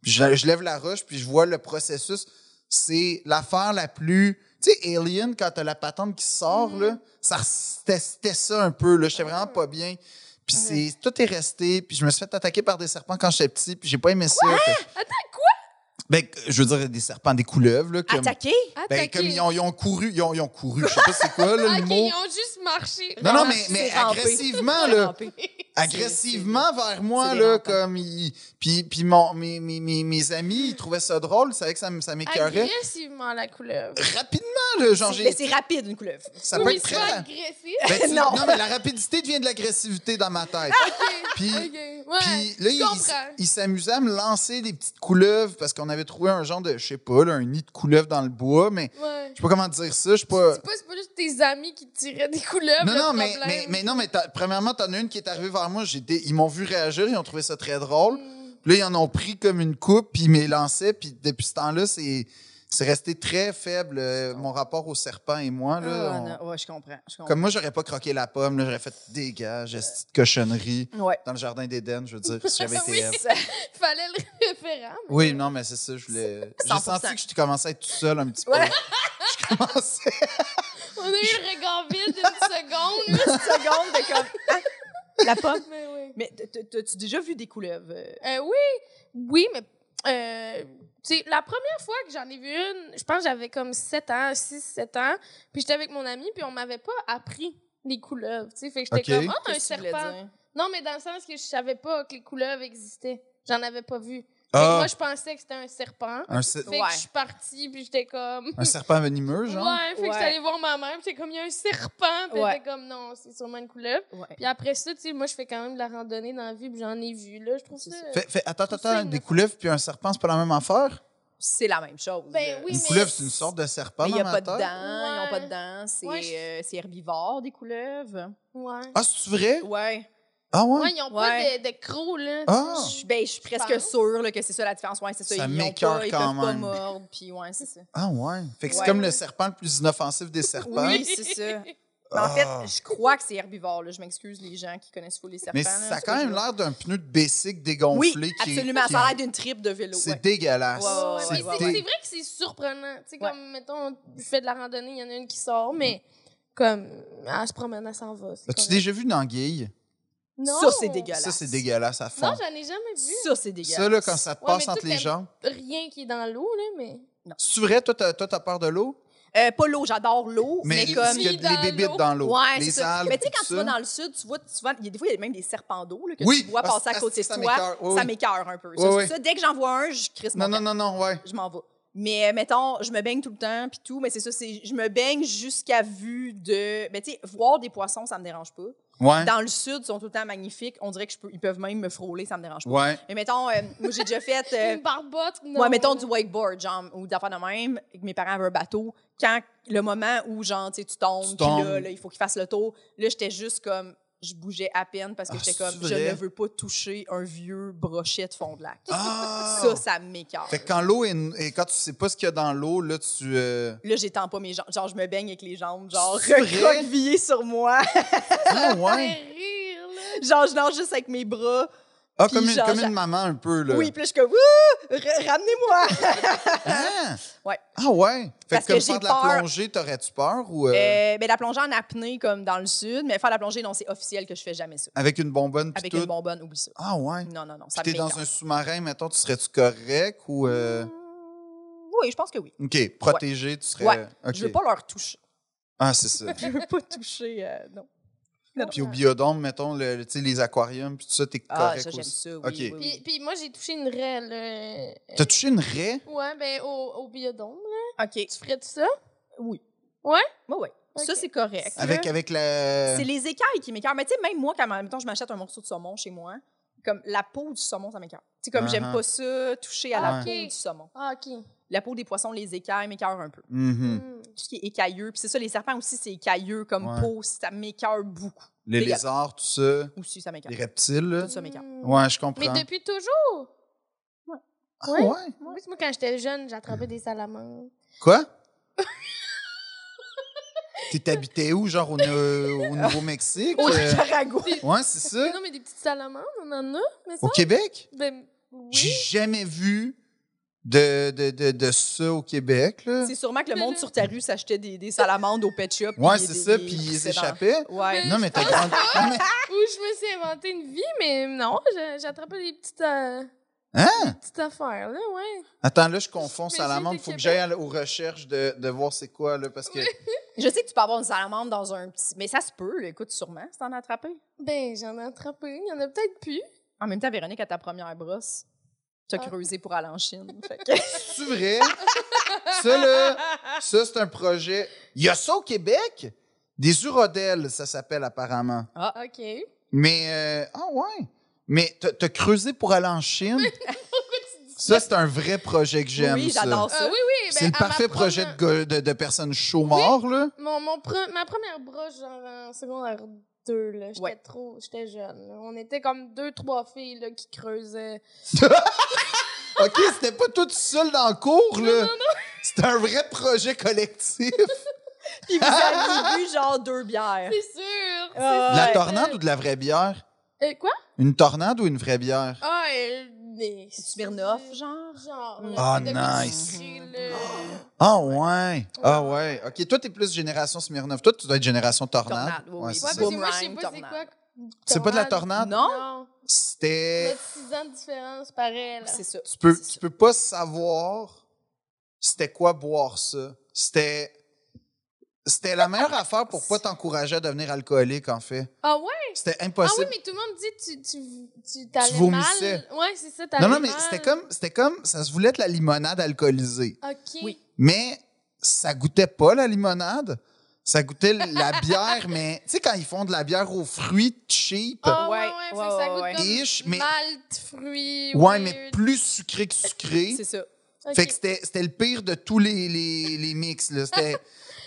puis je, je lève la roche, puis je vois le processus. C'est l'affaire la plus. Tu sais, Alien, quand t'as la patente qui sort,
Mm-hmm.
là, ça, c'était c'était ça un peu. là. J'étais vraiment pas bien. Puis
Mm-hmm.
c'est, tout est resté. Puis je me suis fait attaquer par des serpents quand j'étais petit. Puis j'ai pas aimé ça. Fait-
Attends, quoi?
ben, je veux dire, des serpents, des couleuvres. Là, comme,
Attaqué?
ben,
Attaquer.
comme ils ont, ils ont couru. Ils ont, ils ont couru. Je sais pas c'est quoi, là,
Ah,
le
ok,
mot.
ils ont juste marché.
Non, non, mais,
Ah, C'est
mais
rampé.
agressivement, là.
Rampé.
Agressivement vers moi,
c'est
là,
rampant.
comme ils. Puis, puis mon, mes, mes, mes, mes amis, ils trouvaient ça drôle, ils savaient que ça, me- ça m'écœurait.
Agressivement, la couleuvre.
Rapidement, là, genre,
Mais
j'ai-
c'est rapide, une couleuvre.
Euh, ça
Ou
peut
ils
être très.
sont
ra-
agressifs.
Ben, tu- non.
Non.
mais la rapidité devient de l'agressivité dans ma tête. Puis,
Ok, ouais.
puis là,
je
il- il,
comprends.
s- il s'amusait à me lancer des petites couleuvres parce qu'on avait trouvé un genre de, je sais pas, là, un nid de couleuvre dans le bois, mais
Ouais.
je sais pas comment dire ça, je sais pas.
C'est pas, c'est pas juste tes amis qui tiraient des couleuvres.
Non,
le
non, mais,
problème.
mais, mais non, mais t'as- premièrement, t'en as une qui est arrivée vers moi. J'étais, ils m'ont vu réagir, ils ont trouvé ça très drôle.
Mm.
Puis là, ils en ont pris comme une coupe, puis ils me les lançaient. Puis depuis ce temps-là, c'est, c'est resté très faible, euh, mon rapport au serpent et moi.
Ah,
Là, On-
non, ouais, je comprends. Je comprends.
Comme moi, j'aurais pas croqué la pomme, là, j'aurais fait
Euh.
dégage, cette cochonnerie
Ouais.
dans le jardin d'Éden, je veux dire, si j'avais été euh,
Oui.
Ève.
Ça-
Fallait le référent.
Oui, non, mais c'est ça, je voulais. J'ai
100%.
senti que je commençais à être tout seul un petit peu.
Ouais.
Je commençais.
On a eu le regard vide d'une seconde.
Une seconde de comme. hein, La pomme.
mais oui.
Mais t- t- t'as-tu déjà vu des couleuvres? euh?
Euh, oui, oui, mais euh, tu sais, la première fois que j'en ai vu une, je pense que j'avais comme 7 ans, 6, 7 ans. Puis j'étais avec mon ami, puis on m'avait pas appris les couleuvres. Tu sais, fait que j'étais
Ok.
comme, ah, un
Qu'est-ce que tu voulais
serpent.
dire?
Non, mais dans le sens que je savais pas que les couleuvres existaient. J'en avais pas vu. Fait que
Ah,
Moi, je pensais que c'était un serpent.
un, se-
Fait
Ouais.
que je suis partie, puis j'étais comme.
un serpent venimeux, genre.
Ouais, fait que
Ouais.
j'étais allée voir ma mère, puis j'étais comme, il y a un serpent. Puis
Ouais.
j'étais comme, non, c'est sûrement une couleuvre.
Ouais.
Puis après ça, tu sais, moi, je fais quand même de la randonnée dans la vie, puis j'en ai vu, là. Je trouve ça.
C'est ça.
Fait, fait- attends, attends,
Ça,
attends,
il
des
le fait.
couleuvres puis un serpent, c'est pas la même affaire?
C'est la même chose.
Ben
euh.
oui,
Une
mais-
couleuvre, c'est une sorte de serpent
Mais il n'y a pas de dents,
amateur?
ils n'ont pas de dents. C'est
Ouais, je-
euh, c'est herbivore, des couleuvres.
Ouais.
Ah, c'est vrai?
Ouais.
Ah ouais?
Ouais, ils n'ont pas
Ouais.
de, de crocs, là.
Ah!
Tu sais,
Je, ben, je suis presque
penses?
sûre là, que c'est ça la différence. Ouais, c'est ça. ils
Ça
ont
m'écoeure
pas, ils
quand
peuvent
même.
pas mordre. Puis ouais, c'est ça.
Ah ouais? Fait que c'est
Ouais.
comme le serpent le plus inoffensif des serpents.
Oui, c'est ça. Mais en
Ah.
fait, je crois que c'est herbivore. Là. Je m'excuse les gens qui connaissent full les serpents.
Mais
là,
ça a
c'est
quand
pas
même
grave.
l'air d'un pneu de basic dégonflé.
Oui,
qui est-
absolument.
qui
Ça a
est-
l'air d'une tripe de vélo.
C'est
ouais.
dégueulasse.
Ouais,
Ouais,
C'est
mais c'est-
dé-
c'est vrai que c'est surprenant. Tu sais,
Ouais.
comme, mettons, je fais de la randonnée, il y en a une qui sort, mais comme, elle se promène, elle s'en va. c'est
As-tu
correct.
déjà vu une anguille?
Non.
Ça, c'est dégueulasse.
Ça, c'est dégueulasse à fond.
Non, j'en ai jamais vu.
Ça, c'est dégueulasse.
Ça, là, quand ça te
Ouais,
passe
mais
entre
tout
les
est-
jambes.
Rien qui est dans l'eau, là, mais.
C'est vrai, toi, t'as toi, t'as peur de l'eau?
Euh, pas l'eau, j'adore l'eau.
Mais
Mais,
il y a
comme.
c'est-
les bébites dans l'eau.
Ouais, c'est
les
ça.
algues.
Mais tu sais, quand
tout
tu vas
ça.
dans le sud, tu vois souvent, il y a des fois, il y a même des serpents d'eau là, que
Oui.
tu vois
Ah,
passer à
ah,
côté de
ça
toi.
m'écoeure. Oui,
Ça
oui.
m'écoeure un peu. Ça,
Oui, oui.
Ça, dès que j'en vois un, je crisse mon
Non, non, non, non, ouais.
je m'en vais. Mais euh, mettons, je me baigne tout le temps, puis tout, mais c'est ça, c'est, je me baigne jusqu'à vue de. Ben, tu sais, voir des poissons, ça me dérange pas.
Ouais.
Dans le sud, ils sont tout le temps magnifiques. On dirait qu'ils peuvent même me frôler, ça me dérange pas.
Ouais.
Mais mettons, euh, moi, j'ai déjà fait. euh,
Une barbotte, non.
moi, mettons du wakeboard, genre, ou d'affaires de même. Mes parents avaient un bateau. Quand le moment où, genre, tu sais, tu tombes,
Tu
puis là,
tombes.
là, il faut qu'ils fassent le tour, là, j'étais juste comme. Je bougeais à peine parce que
Ah,
j'étais
c'est
comme, je
vrai?
ne veux pas toucher un vieux brochet de fond de lac.
Ah!
Ça, ça m'écarte.
Fait que quand l'eau est. Et quand tu sais pas ce qu'il y a dans l'eau, là, tu. euh,
Là, j'étends pas mes jambes. Genre, je me baigne avec les jambes, genre,
C'est vrai?
recroquevillées sur moi.
Ah,
Ça
ouais.
fait rire, là.
genre, je nage juste avec mes bras.
Ah,
Puis
comme une,
genre,
comme
j'a-
une maman, un peu, là.
Oui, puis là, je suis comme, Wouh! Ra- ramenez-moi.
Ah!
Ouais.
Ah, ouais. Fait
Parce
que
que
comme
j'ai
faire de la
peur.
plongée, t'aurais-tu peur ou. euh,
Euh, ben, la plongée en apnée, comme dans le sud, mais faire la plongée, non, c'est officiel que je fais jamais ça.
Avec une bonbonne, puis
Avec
tout.
une bonbonne, oublie ça.
Ah, ouais.
Non, non, non,
Puis
ça
t'es
m'écarte.
dans un sous-marin, mettons, tu serais-tu correct ou. euh,
Mmh, Oui, je pense que oui.
OK, protégé, tu serais. euh,
Ouais.
OK.
Je veux pas leur toucher.
Ah, c'est ça.
Je veux pas toucher, euh, non. Non, non.
Puis au biodôme, mettons, le, le- tu sais, les aquariums, puis tout ça, t'es
Ah,
correct
ça, j'aime
aussi.
ça, oui,
Ok.
oui, oui.
Puis, puis moi, j'ai touché une raie, là.
T'as touché une raie?
Ouais, ben, au, au biodôme. là.
OK.
Tu ferais tout ça?
Oui.
Ouais?
Oui, oui. Ça,
Ok.
c'est correct.
Avec, euh, avec la.
C'est les écailles qui m'écœurent. Mais tu sais, même moi, quand mettons, je m'achète un morceau de saumon chez moi, comme la peau du saumon, ça m'écœure. Tu sais, comme j'aime
Ah, ah.
pas ça, toucher à la
Ah, ok.
peau du saumon.
Ah, OK.
La peau des poissons, les écailles m'écœurent un peu.
Mhm.
Hmm.
Tout ce qui est écailleux. Puis c'est ça, les serpents aussi, c'est écailleux comme
Ouais.
peau. Ça m'écœure beaucoup.
Les
Les-
lézards, tout ça,
Aussi, ça m'écœure.
les reptiles, là.
Tout ça m'écarte.
Hmm.
Ouais, je
Mais
comprends.
depuis toujours.
Ah, ouais?
Moi, moi, quand j'étais jeune, j'attrapais des salamandres.
Quoi? T'es habité où, genre au, Neu- au Nouveau-Mexique?
Au
euh?
Nicaragua.
Ouais, c'est ça.
Non, mais des petites salamandres, on en a, mais ça.
Au Québec?
Ben, oui.
J'ai jamais vu de, de, de, de ça au Québec. Là.
C'est sûrement que le monde sur ta rue s'achetait des, des salamandes au pet shop.
Ouais,
puis
c'est
des-
ça,
des Euh,
puis ils
précédents.
échappaient.
Ouais.
Non, mais t'as grandi. Non, mais-
Ou je me suis inventé une vie, mais non, je- j'attrapais des petites, euh,
Hein?
petites affaires, là, ouais.
Attends, là, je confonds
Mais
salamande.
c'est
Faut
des
que j'aille à- aux recherches de, de voir c'est quoi, là, parce que.
Je sais que tu peux avoir une salamande dans un petit. Mais ça se peut, là, écoute, sûrement, si t'en as attrapé.
Ben, j'en ai attrapé, il y en a peut-être plus.
En même temps, Véronique, à ta première brosse, t'as
Ah.
creusé pour aller en Chine. Fait que-
C'est vrai? ça, là, ça, c'est un projet. Il y a ça au Québec? Des urodèles, ça s'appelle apparemment.
Ah.
OK.
Mais, euh, ah ouais. Mais t'as t'as creusé pour aller en Chine? ça, c'est un vrai projet que j'aime.
oui,
ça.
j'adore
Ah
ça.
oui, oui, ben,
C'est le
à ma
parfait projet de,
première-
gars- de, de personnes chaud mort, là.
Mon, mon pre- Ma première broche, genre, en secondaire 2, là, j'étais
Ouais.
trop... J'étais jeune. là. On était comme deux, trois filles, là, qui creusaient.
OK, c'était pas tout seul dans le cours, là. C'était un vrai projet collectif.
Puis vous
Ah
avez bu genre deux bières.
C'est sûr! c'est
Ah,
De la
ouais.
tornade ou de la vraie bière?
Euh, quoi?
Une tornade ou une vraie bière?
Ah, euh, mais...
Smirnoff, genre.
Genre,
Mm.
là,
Ah,
de
nice.
Gucci, là.
Ah ouais. Ah ouais. OK, toi, t'es plus génération Smirnoff. Toi, tu dois être génération tornade.
Tornade, oui, oui.
c'est
Ouais,
Ouais,
ça.
parce que moi, je sais
Boomerang,
pas c'est quoi.
tornade.
C'est pas de la tornade? Euh,
Non?
Non.
C'était...
Notre 6 ans de différence, pareil. Là.
C'est ça.
Tu peux,
C'est ça.
tu peux pas savoir c'était quoi boire ça. C'était... C'était la meilleure affaire pour pas t'encourager à devenir alcoolique, en fait.
Ah ouais?
C'était
Ah oui,
impossible.
mais tout le monde dit tu tu tu t'allais
vomissais.
mal. Ouais, c'est ça, hein. t'allais
non, non,
mal.
mais c'était comme, c'était comme... Ça se voulait être la limonade alcoolisée.
OK.
Oui.
mais ça goûtait pas la limonade. Ça goûtait la bière, mais tu sais, quand ils font de la bière aux fruits cheap,
Ah ouais,
Ouais,
ouais, fait que ça
ouais,
goûte
ouais,
comme
Ish, mais-
malt, fruits.
ouais,
weird.
mais plus sucré que sucré.
C'est ça.
Ok.
Fait que c'était c'était le pire de tous les, les, les mix. Là. C'était,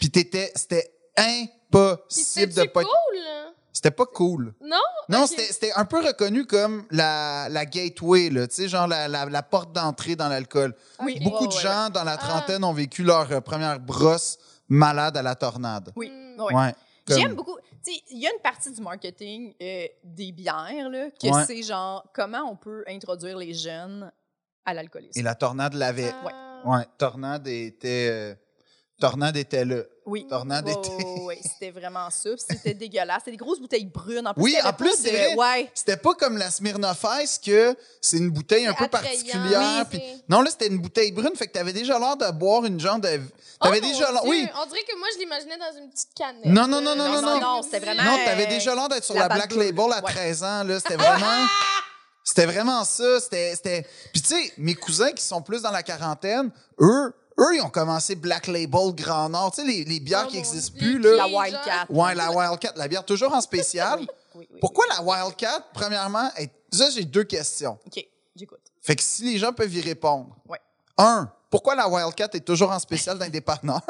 puis t'étais, c'était
Puis
impossible de
c'était-tu
pas.
cool. hein? là?
C'était pas cool.
Non?
Non,
Ok.
c'était, c'était un peu reconnu comme la, la gateway, là, tu sais, genre la, la, la porte d'entrée dans l'alcool.
Oui.
Beaucoup
Ouais,
de
ouais,
gens dans la
Ah.
trentaine ont vécu leur euh, première brosse malade à la tornade.
Oui.
Mm.
Ouais.
Ouais. Comme-
J'aime beaucoup. Tu sais, il y a une partie du marketing euh, des bières, là, que
Ouais.
c'est genre comment on peut introduire les jeunes à l'alcoolisme.
Et la tornade l'avait.
Ah.
Ouais, tornade était. euh, tornade était là.
Oui.
Tornade
Ouais,
était.
ouais, ouais, ouais, c'était vraiment ça. puis C'était dégueulasse. C'était des grosses bouteilles brunes. En plus,
Oui,
il y avait
en plus,
pas de-
c'est vrai.
Ouais.
C'était pas comme la Smirnoff Ice que c'est une bouteille un
C'est
peu
attrayant,
particulière.
oui,
puis-
c'est-
Non, là, c'était une bouteille brune, fait que t'avais déjà l'air de boire une genre de. T'avais
Oh mon
déjà l'air.
Dieu,
Oui!
On dirait que moi, je l'imaginais dans une petite canette.
Non, non, non, non, non, non.
c'était vraiment-
Non,
Euh,
t'avais déjà l'air d'être sur
la
la,
bad
Black
Bull,
Label à
ouais.
13 ans, là. C'était
Ah!
vraiment. C'était vraiment ça. C'était. c'était- Puis, tu sais, mes cousins qui sont plus dans la quarantaine, eux, eux, ils ont commencé Black Label Grand Nord. Tu sais, les, les bières
Oh
qui
mon
n'existent
Dieu,
plus,
les
là.
La
Genre-
Wildcat.
Ouais, la Wildcat, la bière toujours en spécial.
Oui, oui, oui.
Pourquoi la Wildcat, premièrement, est... ça, j'ai deux questions.
OK, j'écoute.
Fait que si les gens peuvent y répondre.
Ouais.
Un, pourquoi la Wildcat est toujours en spécial dans les dépanneurs?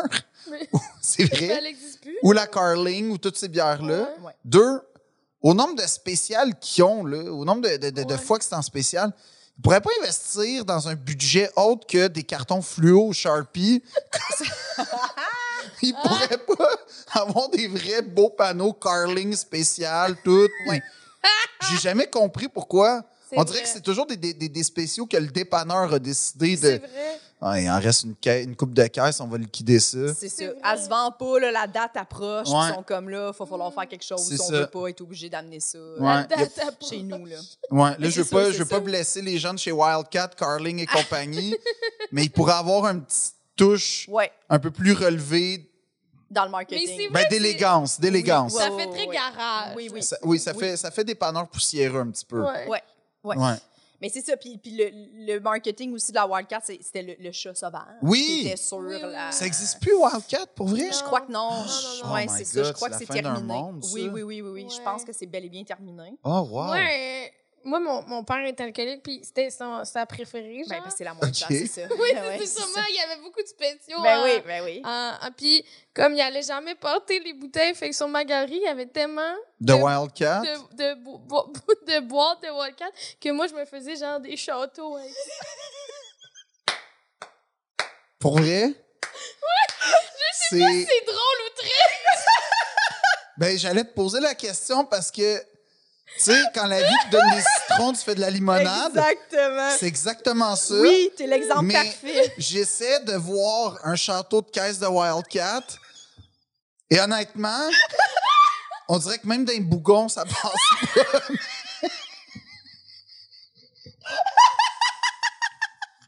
Mais-
C'est
Elle
vrai.
n'existe plus.
Ou la Carling, ou toutes ces bières-là.
Ouais.
Ouais.
Deux, au nombre de spéciales qu'ils ont, là, au nombre de, de- de- de
Ouais.
fois que c'est en spécial, ils pourraient pas investir dans un budget autre que des cartons fluo ou Sharpie. ils pourraient pas avoir des vrais beaux panneaux Carling spécial, tout. J'ai jamais compris pourquoi.
C'est
On dirait
vrai.
que c'est toujours des, des- des- des spéciaux que le dépanneur a décidé
C'est
de.
vrai.
Ah, il en reste une, ca- une coupe de caisse, on va liquider ça.
C'est ça.
C'est vrai.
Elle se vend pas, là, la date approche. puis
Ouais.
Ils sont comme là, il va falloir faire quelque chose.
C'est
on
ça.
veut pas être obligé d'amener ça euh,
Ouais.
La date à
chez nous. Là.
Ouais, là,
Mais
je veux
c'est
pas,
sûr,
je
c'est
veux pas
sûr.
blesser les gens de chez Wildcat, Carling et compagnie, mais ils pourraient avoir une petite touche
Ouais,
un peu plus relevée,
dans le
Mais c'est
marketing.
vrai.
ben,
que
d'élégance, d'élégance.
Ouais,
Ça
ouais,
fait très
ouais.
garage.
Oui, oui.
Ça- oui, ça
Oui.
fait, ça fait des panneurs poussiéreux un petit peu.
Ouais.
Ouais. Ouais. Ah.
Ouais.
Mais c'est ça. Puis, puis le, le marketing aussi de la Wildcat, c'est- c'était le, le chat sauvage.
Oui.
Qui était sur
Oui, oui,
la.
Ça existe plus Wildcat pour vrai
Je
Non.
crois que non.
non, non,
non.
Ouais,
Oh my
c'est ça. Je
God,
crois
c'est
que
la
c'est
fin d'un
terminé.
monde, ça.
oui, oui, oui, oui, oui. Je
Ouais.
pense que c'est bel et bien terminé.
Oh wow.
Moi, euh, moi mon, mon père est alcoolique, puis c'était son- sa préférée. Genre.
Ben, parce que c'est la moins chère,
Ok.
c'est ça.
oui,
Ben
c'est
ouais,
ça, sûrement, il y avait beaucoup de spéciaux.
Ben
en-
oui, ben oui.
en- en- Ah, puis, comme il allait jamais porter les bouteilles, fait que sur Magari, il y avait tellement
De
de-
Wildcat.
Ah.
de, de, bo- bo- de boîtes de Wildcat que moi, je me faisais genre des châteaux. hein. avec ça.
Pour vrai C'est.
C'est drôle ou très.
Ben, j'allais te poser la question parce que, tu sais, quand la vie te donne des citron, tu fais de la limonade.
Exactement.
C'est exactement ça.
Oui, t'es l'exemple
mais
parfait.
J'essaie de voir un château de caisse de Wildcat. Et honnêtement, on dirait que même d'un bougon, ça passe pas.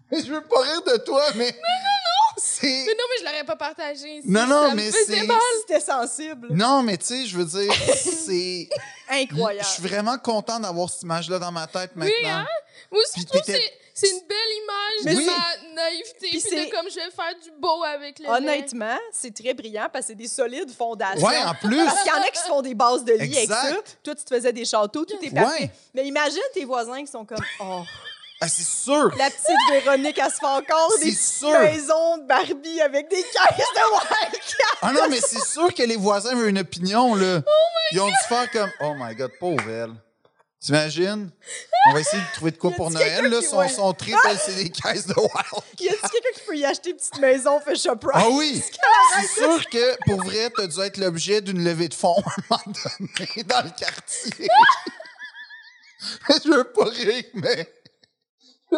Mais je veux pas rire de toi, mais. Non, non, non! C'est.
Mais non, mais je l'aurais pas partagé. ici.
Non, non,
Ça me
mais
faisait
c'est-
mal.
C'était sensible.
Non, mais tu sais, je veux dire, c'est. Je
Incroyable.
suis vraiment content d'avoir cette image-là dans ma tête maintenant.
hein? Moi aussi,
Puis
je trouve que
t'étais-
c'est- c'est une belle
Mais
image
oui.
de ma naïveté.
Puis
Puis
c'est-
de comme je vais faire du beau avec le lait.
Honnêtement, c'est très brillant parce que c'est des solides fondations.
Ouais, en plus.
Parce qu'il y en a qui se font des bases de lit
Exact.
avec ça. Toi, tu te faisais des châteaux, tout est parfait.
Ouais.
Mais imagine tes voisins qui sont comme Oh,
Ah, c'est sûr!
la petite Véronique, elle se fait encore
C'est
des
sûr.
maisons de Barbie avec des caisses de Wildcat.
Ah non, mais c'est sûr que les voisins avaient une opinion,
Oh
là. Ils ont dû faire comme Oh my god, pauvre elle. T'imagines? On va essayer de trouver de quoi
Y a-t-il
pour
quelqu'un
Noël, là.
qui
Son,
voit-
son trip, elle, c'est des caisses de wild.
Y a-t-il quelqu'un qui peut y acheter une petite maison, fait Shoprite?
Ah oui! C'est sûr que, pour vrai, t'as dû être l'objet d'une levée de fonds à un moment donné dans le quartier. Mais je veux pas rire, mais.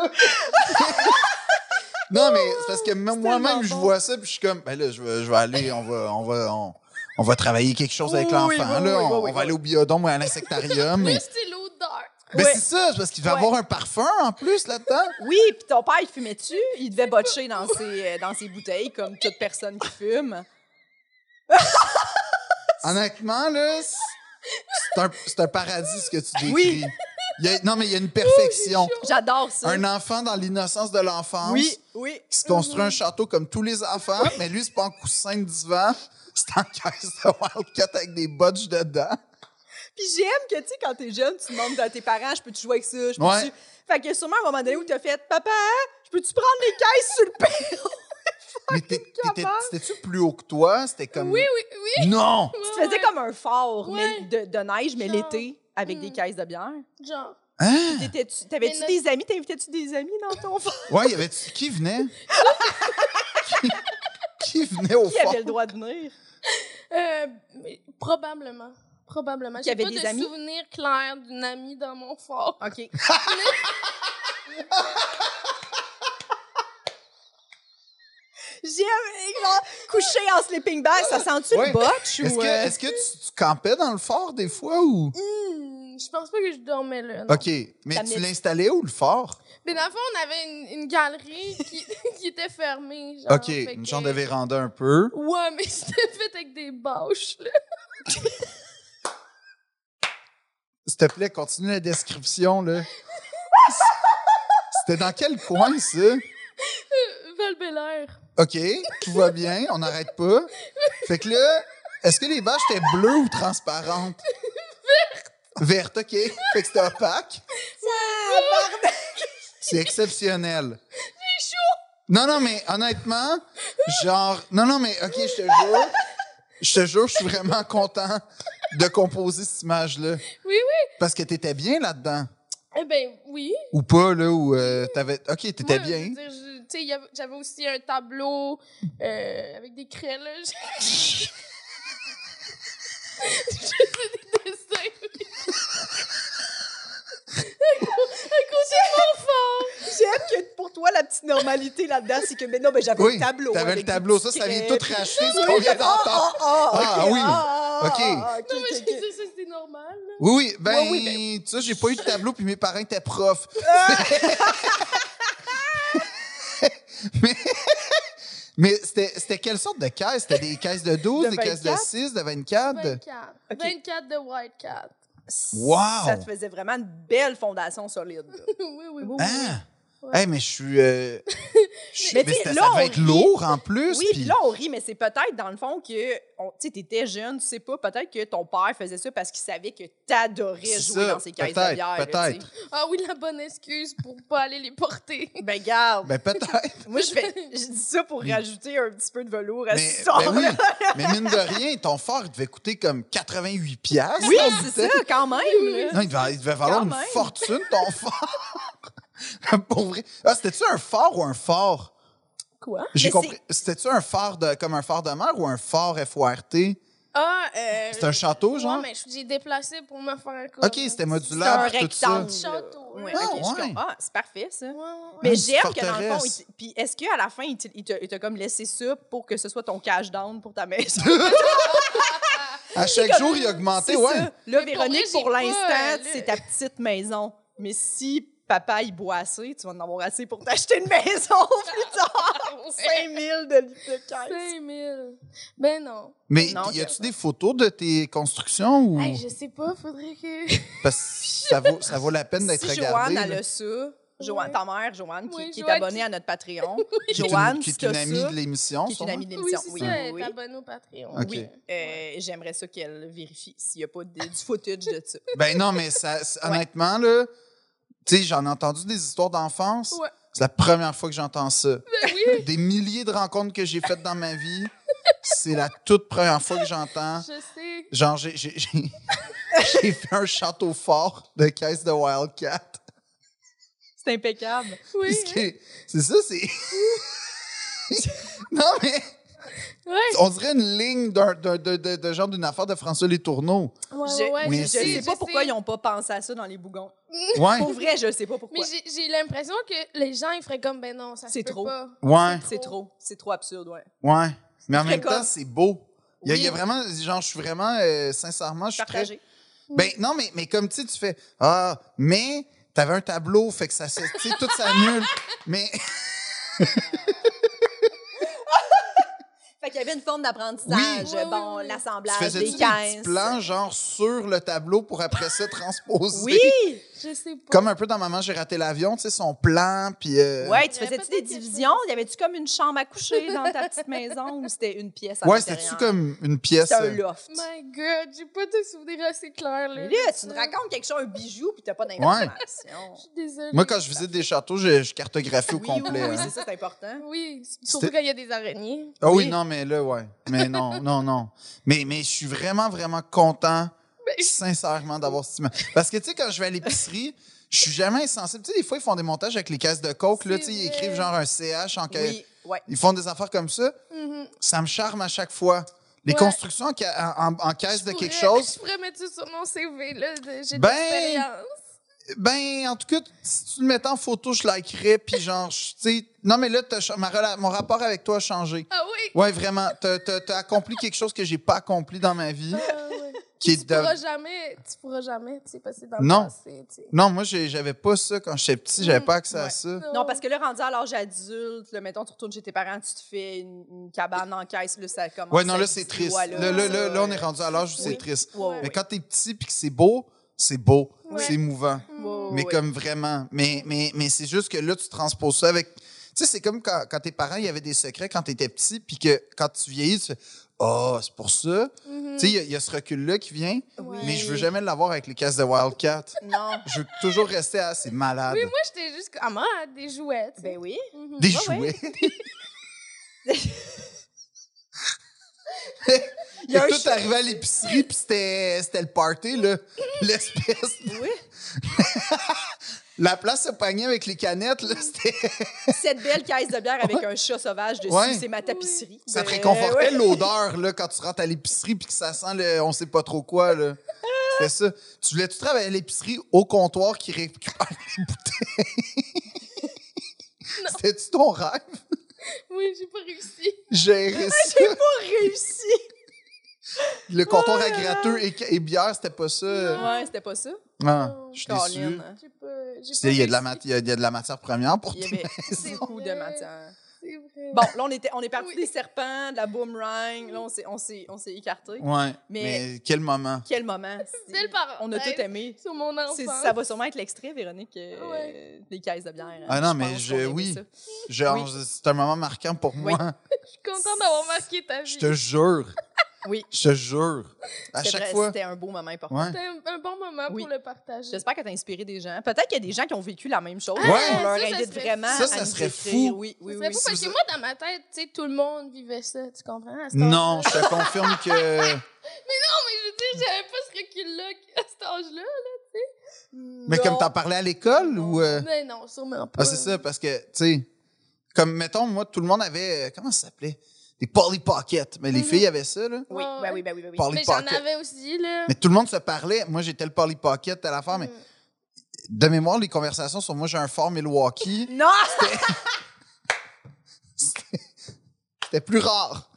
non, mais c'est parce que m- moi-même,
tellement
je
bon.
vois ça, puis je suis comme, ben là, je vais, je vais aller, on va, on va, on, on va travailler quelque chose avec
Oui,
l'enfant,
oui, oui,
là.
oui,
on,
oui, oui.
on va aller au biodome ou à l'insectarium. mais
Là, c'est l'odeur.
mais
Ouais.
c'est ça, c'est parce qu'il va
Ouais.
avoir un parfum en plus là-dedans.
Oui, puis ton père, il fumait-tu? Il devait botcher dans ses, euh, dans ses bouteilles, comme toute personne qui fume.
Honnêtement, là, c'est- c'est un, c'est un paradis ce que tu décris.
Oui.
Il y a- non, mais il y a une perfection.
J'adore ça.
un enfant dans l'innocence de l'enfance
Oui, oui.
qui se construit un château comme tous les enfants, mais lui, c'est pas en coussin de divan, c'est en caisse de Wildcat avec des botches dedans.
Ah, Puis j'aime que, tu sais, quand t'es jeune, tu demandes à tes parents, je peux-tu jouer avec ça? Je peux-tu?
Ouais.
Fait que sûrement, à un moment donné, où t'as fait, papa, je peux-tu prendre les caisses sur le perron?
Mais t'es- t'étais-
capable.
t'étais-tu plus haut que toi? C'était comme...
Oui, oui, oui.
Non!
Ouais,
tu te faisais
ouais.
comme un fort mais
Ouais.
de, de neige, mais
Genre.
l'été, avec des
Mm.
caisses de bière.
Genre,
Hein?
T'étais-tu- T'avais-tu
Mais
des amis? T'invitais-tu des amis dans ton fort?
Ouais, il y avait... Qui venait? qui, qui venait au
Qui
fond?
avait le droit de venir?
euh, mais probablement. Probablement.
Il y
J'ai
avait
pas
des
de
amis?
souvenir clair d'une amie dans mon fort.
OK. J'aime, genre, coucher en sleeping bag, ça sent-tu
Ouais.
le botch
Est-ce
ou...
que,
euh,
est-ce que tu, tu campais dans le fort des fois ou...
Hmm, je pense pas que je dormais là. non.
OK, mais
T'amenais-
tu l'installais où, le fort?
Mais dans le fond, on avait une, une galerie qui, qui était fermée. Genre,
OK,
Ah, Fait
une
que-
genre de véranda un peu.
Ouais, mais c'était fait avec des bâches, là.
S'il te plaît, continue la description, là. C'était dans quel coin, ça?
Val-Bélair.
OK, tout va bien, on n'arrête pas. Fait que là, est-ce que les vaches étaient bleues ou transparentes? Vertes. Vertes, OK. Fait que c'était opaque. C'est exceptionnel. C'est chaud. Non, non, mais honnêtement, genre... Non, non, mais OK, je te jure. Je te jure, je suis vraiment content de composer cette image-là.
Oui, oui.
Parce que t'étais bien là-dedans.
Eh ben, oui.
Ou pas, là, où euh, t'avais... OK, t'étais
Moi,
bien.
je veux dire, je- Tu sais, il y avait- j'avais aussi un tableau euh, avec des craies, là. Je je faisais des dessins. à cause de mon fort.
J'aime que pour toi, la petite normalité là-dedans, c'est que, mais non, mais j'avais
Oui,
le tableau.
t'avais
avec
le tableau.
des
Ça, ça vient
crêpes.
tout racheter ce qu'on vient
Ah, ah,
d'entendre.
ah,
Ah,
ok,
oui.
ah, ah,
Ok.
ah, ok,
Non, mais
ok,
je
ok.
disais ça, c'est normal, là.
Oui, oui, ben,
Ouais, oui, Ah!
tu sais, j'ai pas eu de tableau, puis mes parents étaient profs. mais mais c'était c'était quelle sorte de caisse? C'était des caisses de 12,
De
des caisses de
24?
6, de 24?
24.
Ok.
24 de White Cat.
Wow!
Ça te faisait vraiment une belle fondation solide. là.
oui, oui, oui.
Hein?
Ouais.
Hey, mais je suis... euh, je suis-
Mais tu
mais
sais,
c'était-
là,
ça
on
devait être
rit.
lourd, en plus.
Oui,
puis-
puis là, on rit, mais c'est peut-être, dans le fond, que on- tu étais jeune, tu sais pas, peut-être que ton père faisait ça parce qu'il savait que t'adorais
C'est
jouer
ça,
dans ses caisses de
peut-être,
bière. là,
peut-être.
tu sais.
Ah oui, la bonne excuse pour pas aller les porter.
Ben, garde.
Ben, peut-être.
moi, je, fais, je dis ça pour rajouter un petit peu de velours à
Mais,
ce sort.
ben oui, mais mine de rien, ton fort, il devait coûter comme 88 piastres.
Oui,
on
c'est
disait.
ça, quand même.
Non,
là.
il devait, il devait valoir
Quand
une
même.
fortune, ton fort. Pour vrai. Ah, c'était-tu un fort ou un fort?
Quoi?
J'ai
Mais
compris. C'était-tu un fort de, comme un fort de mer ou un fort FORT?
Ah, euh,
C'est un château,
ouais,
genre?
mais je- j'ai déplacé pour me faire comme...
OK, c'était
C'est
modulaire.
un
puis tout ça.
rectangle.
Château,
Ouais,
hein.
ok, je suis
Ah, ouais.
comme, Ah, c'est parfait, ça.
Ouais, ouais.
Ouais,
Mais
c'est
j'aime
une
que dans le fond,
forteresse.
il t- puis est-ce qu'à la fin, il t- il t'a il t'a comme laissé ça pour que ce soit ton cash down pour ta maison?
À chaque jour, il augmentait,
C'est
ouais.
ça. Là,
Mais pour
Véronique,
vrai,
pour
j'ai pas,
l'instant,
euh,
c'est
le-
ta petite maison. Mais si papa, il boit assez, tu vas en avoir assez pour t'acheter une maison plus tard. 5 000 de l'hypothèque.
5000. Ben non.
Mais
Non,
y a-tu
c'est
des photos de tes constructions ou
Hey, je sais pas, faudrait que.
parce que ça vaut ça vaut la peine d'être
Si
regardé.
Joanne,
là.
elle a ça, Joanne,
Ouais.
ta mère, Joanne, qui,
Oui,
qui est
Joanne
abonnée
qui-
à notre Patreon,
Qui est une-
Joanne,
qui
si
est une
t'as
amie
ça,
de l'émission,
qui est une
sûrement.
amie de
Oui,
l'émission.
c'est
Oui,
ça, elle
oui.
est abonnée au Patreon.
Ok.
Oui.
Euh, J'aimerais ça qu'elle vérifie s'il n'y a pas de- du footage de ça.
Ben non, mais ça, c'est-
Ouais.
honnêtement là, tu sais, j'en ai entendu des histoires d'enfance.
Ouais.
C'est la première fois que j'entends ça.
Ben oui,
Des milliers de rencontres que j'ai faites dans ma vie, c'est la toute première fois que j'entends.
je sais.
Genre j'ai j'ai j'ai- j'ai fait un château fort de caisse de Wildcat.
C'est impeccable.
Oui.
Parce que- C'est ça, c'est. non, mais
Ouais.
on dirait une ligne d'un, d'un- de, de- de genre d'une affaire de François Les Tourneaux.
Ouais,
Je-
ouais, ouais,
mais
Je
je
c'est-
sais,
sais pas
je
pourquoi
sais.
ils n'ont pas pensé à ça dans les bougons.
Ouais.
Pour vrai, je sais pas
Mais
pourquoi.
j'ai- j'ai l'impression que les gens, ils feraient comme, ben non, ça se
C'est
peut
trop.
pas.
Ouais,
C'est trop. C'est trop absurde, ouais.
ouais. Mais en
très
même temps,
comme-
c'est beau. Il y, a, il y a
Oui.
vraiment, genre, je suis vraiment, euh, sincèrement, je suis très.
Partagé.
Ben non, mais, mais comme tu sais, tu fais Ah, mais t'avais un tableau, fait que ça se. Tu sais, tout s'annule. mais
Fait qu'il y avait une forme d'apprentissage.
Oui. Oui, oui,
Bon,
oui.
tu
l'assemblage
faisais-tu
des
des,
15.
petits plans, genre, sur le tableau pour après ça transposer?
Oui!
Je sais pas.
Comme un peu dans Maman, j'ai raté l'avion, tu sais, son plan, puis. euh,
Ouais, tu
Il y avait
faisais-tu des
peut-être quelque
divisions? Y avait-tu comme une chambre à coucher dans ta petite maison ou c'était une pièce à
Ouais,
l'intérieur?
c'était-tu comme une pièce.
C'était un
euh,
loft.
My God, j'ai pas de souvenirs assez clairs, là.
Mais là,
de
tu me
ça.
racontes quelque chose, un bijou, puis t'as pas d'informations.
Je suis désolée.
Moi, quand je visite des châteaux, je, je cartographie au
Oui,
complet.
oui, oui,
hein.
c'est ça, c'est important.
Oui, surtout
C'était-
quand il y a des araignées.
Ah oui,
Oui.
non, mais là, ouais. Mais non, non, non. Mais, mais je suis vraiment, vraiment content,
Ben-
sincèrement, d'avoir ce moment. Parce que, tu sais, quand je vais à l'épicerie, je suis jamais insensible. Tu sais, des fois, ils font des montages avec les caisses de coke. Là,
C'est
tu sais, ils
vrai.
écrivent genre un CH en ca-
Oui, ouais.
Ils font des affaires comme ça.
Mhm.
Ça me charme à chaque fois. Les
Ouais.
constructions en, ca- en- en- en caisse de
Je
quelque
pourrais-
chose,
Je pourrais mettre ça sur mon CV, là. de- J'ai de
Ben,
l'expérience.
ben, en tout cas, si tu le mettais en photo, je likerais. Puis, genre, je- tu sais, non, mais là, t'as cha- ma rela- mon rapport avec toi a changé.
Ah oui!
Ouais, vraiment. T'as t'as- t'as accompli quelque chose que j'ai pas accompli dans ma vie.
Ah ouais.
Qui
tu
est de-
pourras jamais, tu pourras jamais, tu sais, passer dans
Non.
le passé, tu sais.
Non, moi, j'ai- j'avais pas ça quand j'étais petit. J'avais
Mm,
pas accès à
ouais.
ça.
Non, parce que là, rendu à l'âge adulte, là, mettons, tu retournes chez tes parents, tu te fais une, une cabane en caisse, là, ça commence.
Ouais, non,
à
là,
être
c'est
dit,
triste.
ouais,
Là, là, là,
ça,
là, on est
euh,
rendu à l'âge où c'est
oui.
triste.
ouais, ouais,
Mais
ouais.
quand t'es petit puis que c'est beau, c'est beau.
Ouais.
C'est émouvant.
Ouais,
Mais
ouais.
comme vraiment. Mais, mais, mais c'est juste que là, tu transposes ça avec. Tu sais, c'est comme quand, quand tes parents, il y avait des secrets quand t'étais petit, puis que quand tu vieillis, tu fais Ah, c'est pour ça.
Mm-hmm.
Mhm.
Tu sais, il y a- il y, a ce recul-là qui vient,
Ouais.
mais je veux jamais l'avoir avec les cases de Wildcat.
Non.
Je veux toujours rester à. C'est malade.
Oui, moi, j'étais juste comme, ah, man, des jouets, tu sais.
Ben oui.
Mhm.
Des
Ouais, ouais.
jouets.
Il y a un
tout
chat.
arrivé à l'épicerie, puis c'était c'était le party, là. L'espèce. de-
Oui.
La place se pognait avec les canettes, là. C'était.
Cette belle caisse de bière avec un chat sauvage dessus,
Ouais.
c'est ma tapisserie.
Ça te
Ben,
réconfortait
ouais.
l'odeur, là, quand tu rentres à l'épicerie, puis que ça sent le. On sait pas trop quoi, là. C'était ça. Tu voulais-tu travailler à l'épicerie au comptoir qui récupère les bouteilles? C'était-tu ton rêve?
Oui, j'ai pas réussi.
Gérer ça.
Pas réussi.
Le comptoir à gratteux et, et bière, c'était pas ça.
Ouais, c'était pas ça.
Ah, Euh, je suis
Colin,
déçu.
hein.
J'ai pas, j'ai
Tu
pas
sais, Il y, a de la
réussi.
mat- il y a il y a de la matière première pour
Il y
tes
avait
maisons.
beaucoup de
vrai.
matière.
C'est vrai.
Bon, là, on, était, on est parti
Oui.
des serpents, de la boomerang. Là, on s'est- on s'est on s'est écarté.
Ouais.
Mais-
mais quel moment.
Quel moment.
Belle parenthèse.
On a tout aimé.
Sur mon
C'est-
enfance.
Ça va sûrement être l'extrait, Véronique, euh,
Ouais.
des caisses de bière. hein.
Ah non,
Je
mais
pense
je-
qu'on aimait
oui.
ça.
Genre,
Oui.
c'est un moment marquant pour
Oui.
moi.
Je suis contente d'avoir marqué ta vie.
Je te jure.
Oui.
Je te jure. À
C'était
chaque
vrai,
fois.
C'était un beau moment important.
Ouais.
C'était un, un bon moment
Oui.
pour le partager.
J'espère que t'as inspiré des gens. Peut-être qu'il y a des gens qui ont vécu la même chose.
Ouais.
On leur
Ça, ça
invite
serait-
vraiment
Ça, ça
à nous
serait
écrire.
fou.
Oui, oui,
C'est
oui.
fou parce que moi, dans ma tête, tu sais, tout le monde vivait ça. Tu comprends? à cet
Non,
âge-là?
je te confirme que.
Non, mais je veux dire, j'avais pas ce recul-là qu- à cet âge-là.
Mais comme t'en parlais à l'école ou. euh,
Mais non, sûrement pas.
Ah, c'est ça, parce que, tu sais, comme, mettons, moi, tout le monde avait. euh, Comment ça s'appelait? Des Polly Pocket. Mais les
Mhm.
filles avaient ça, là.
Ouais,
Oui, ben
ouais.
oui, ben oui, ben oui.
Polly
Mais j'en
Pocket.
avais aussi, là. Hmm.
Mais tout le monde se parlait. Moi, j'étais le Polly Pocket, à la fin,
Mhm.
mais de mémoire, les conversations sur moi, j'ai un fort Milwaukee,
Non!
c'était plus rare.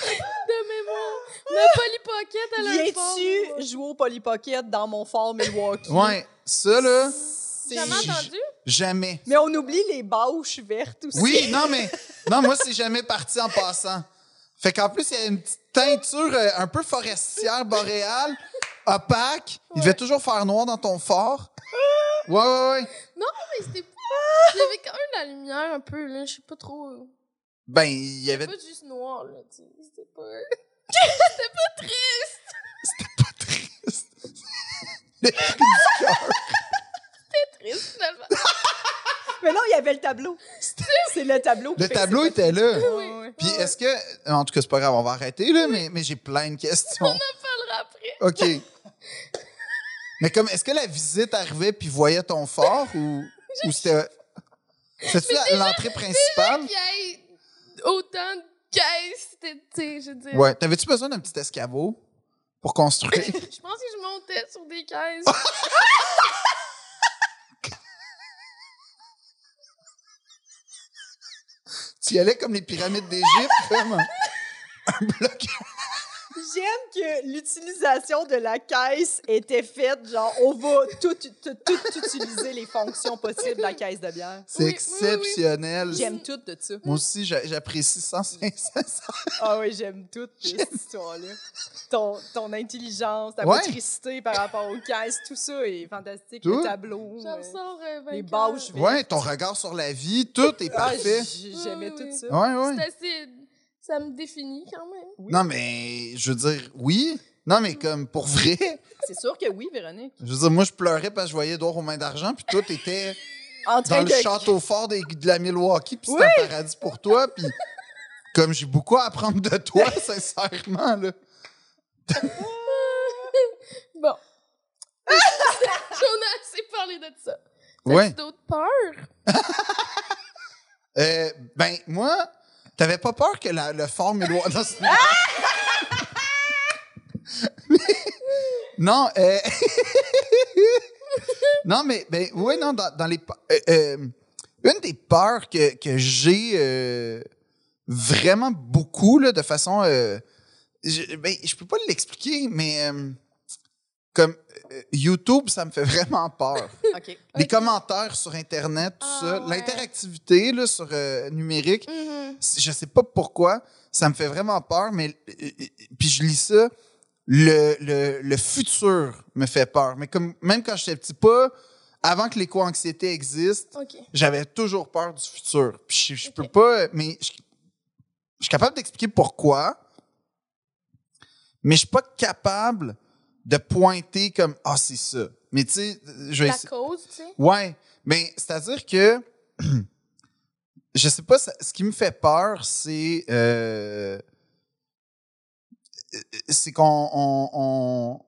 De mémoire. Ma Polly Pocket, elle a un fort,
Viens-tu
moi.
jouer au Polly Pocket dans mon fort Milwaukee?
Ouais, ça, là,
C'est-
Jamais
J'ai-
entendu? Ah,
jamais.
Mais on oublie les bâches vertes aussi.
Oui, non, mais non, moi, c'est jamais parti en passant. Fait qu'en plus, il y a une petite teinture euh, un peu forestière, boréale, opaque. Il devait toujours faire noir dans ton fort. Ouais, ouais, ouais.
Mais c'était pas...
Ah!
Il y avait quand même de la lumière un peu, là. Je sais pas trop... euh.
Ben, il y
C'était
avait.
pas juste noir, là, tu sais. C'était pas...
Le cri du cœur.
triste, finalement.
Mais non, il y avait le tableau. C'est le tableau.
Le
Fait que
tableau
c'est
était là.
pas- Ouais, ouais.
Puis est-ce que. En tout cas, c'est pas grave, on va arrêter, là, mais, mais j'ai plein de questions.
parlera après.
OK. Mais comme, est-ce que la visite arrivait puis voyait ton fort ou, ou c'était. C'était-tu la- l'entrée principale?
Qu'il y ait autant de caisses, c'était- tu sais, je veux dire.
Ouais. T'avais-tu besoin d'un petit escabeau pour construire?
Je pense que je montais sur des caisses.
tu y allais comme les pyramides d'Égypte, comme un, un bloc.
J'aime que l'utilisation de la caisse était faite, genre, on va tout, tout, tout utiliser les fonctions possibles de la caisse de bière.
C'est
Oui, oui,
exceptionnel.
J'aime tout de ça.
Moi aussi, j'a- j'apprécie sans sincérité.
Ah oui, j'aime toute cette histoire-là. Ton, ton intelligence, ta
Ouais.
motricité par rapport aux caisses, tout ça est fantastique.
Tout.
Le tableau.
J'en
euh,
sors euh, vainqueur.
les bâches vertes.
Ouais, ton regard sur la vie, tout est
Ah,
parfait.
j- J'aimais
Oui, oui.
tout ça.
Ouais, ouais.
C'est assez... Ça me définit quand même.
Non, mais je veux dire, oui. Non, mais comme pour vrai.
C'est sûr que oui, Véronique.
Je veux dire, moi, je pleurais parce que je voyais Edouard aux mains d'argent, puis toi, t'étais
En
dans
train
le
de...
château fort des- de la Milwaukee, puis c'était un paradis pour toi, puis comme j'ai beaucoup à apprendre de toi, sincèrement, là.
Bon. J'en ai assez parlé de ça. T'as-tu
Ouais.
d'autres peurs?
Euh, ben, moi, t'avais pas peur que la- le fort Milwaukee... Non, c'est- non, euh, non, mais ben, oui, non, dans, dans les. pe- euh, euh, une des peurs que, que j'ai euh, vraiment beaucoup, là, de façon. euh, je, ben, je peux pas l'expliquer, mais. euh, comme euh, YouTube, ça me fait vraiment peur.
OK.
Les
Ok.
commentaires sur Internet, tout
Ah,
ça.
ouais.
L'interactivité là, sur euh, numérique,
Mm-hmm.
je sais pas pourquoi, ça me fait vraiment peur, mais euh, euh, puis je lis ça, le, le, le futur me fait peur. Mais comme même quand j'étais petit, pas avant que l'éco-anxiété existe,
OK.
j'avais toujours peur du futur. Puis je, je peux
Ok.
pas, mais je, je suis capable d'expliquer pourquoi, mais je suis pas capable de pointer comme ah c'est ça. Mais tu sais, je vais
La
essa-
cause, tu sais.
Ouais, mais c'est-à-dire que je sais pas, ça- ce qui me fait peur, c'est euh, euh, c'est qu'on on- on-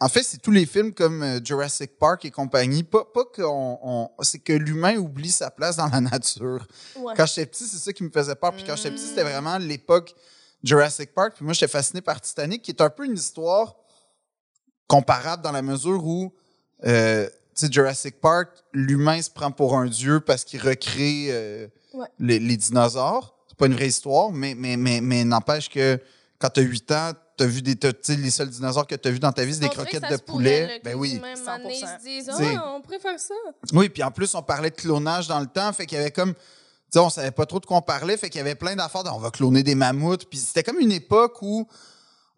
en fait, c'est tous les films comme euh, Jurassic Park et compagnie. Pas, pas qu'on, on- c'est que l'humain oublie sa place dans la nature.
Ouais.
Quand j'étais petit, c'est ça qui me faisait peur. Puis quand j'étais petit,
Mm.
c'était vraiment l'époque Jurassic Park. Puis moi, j'étais fasciné par Titanic, qui est un peu une histoire comparable dans la mesure où, euh, tu sais, Jurassic Park, l'humain se prend pour un dieu parce qu'il recrée euh,
Ouais.
les, les dinosaures. C'est pas une vraie histoire, mais, mais, mais, mais n'empêche que quand t'as 8 ans, t'as vu des, t'as- tu sais, les seuls dinosaures que t'as vu dans ta vie, c'est des
On dirait que
croquettes
ça
de
se pourrait,
poulet.
là,
Ben
que
oui.
les mêmes années, ils se disent,
T'sais.
ah, on préfère ça.
Oui, puis en plus, on parlait de clonage dans le temps, fait qu'il y avait comme. Tu sais, on savait pas trop de quoi on parlait, fait qu'il y avait plein d'affaires. de, On va cloner des mammouths. Puis c'était comme une époque où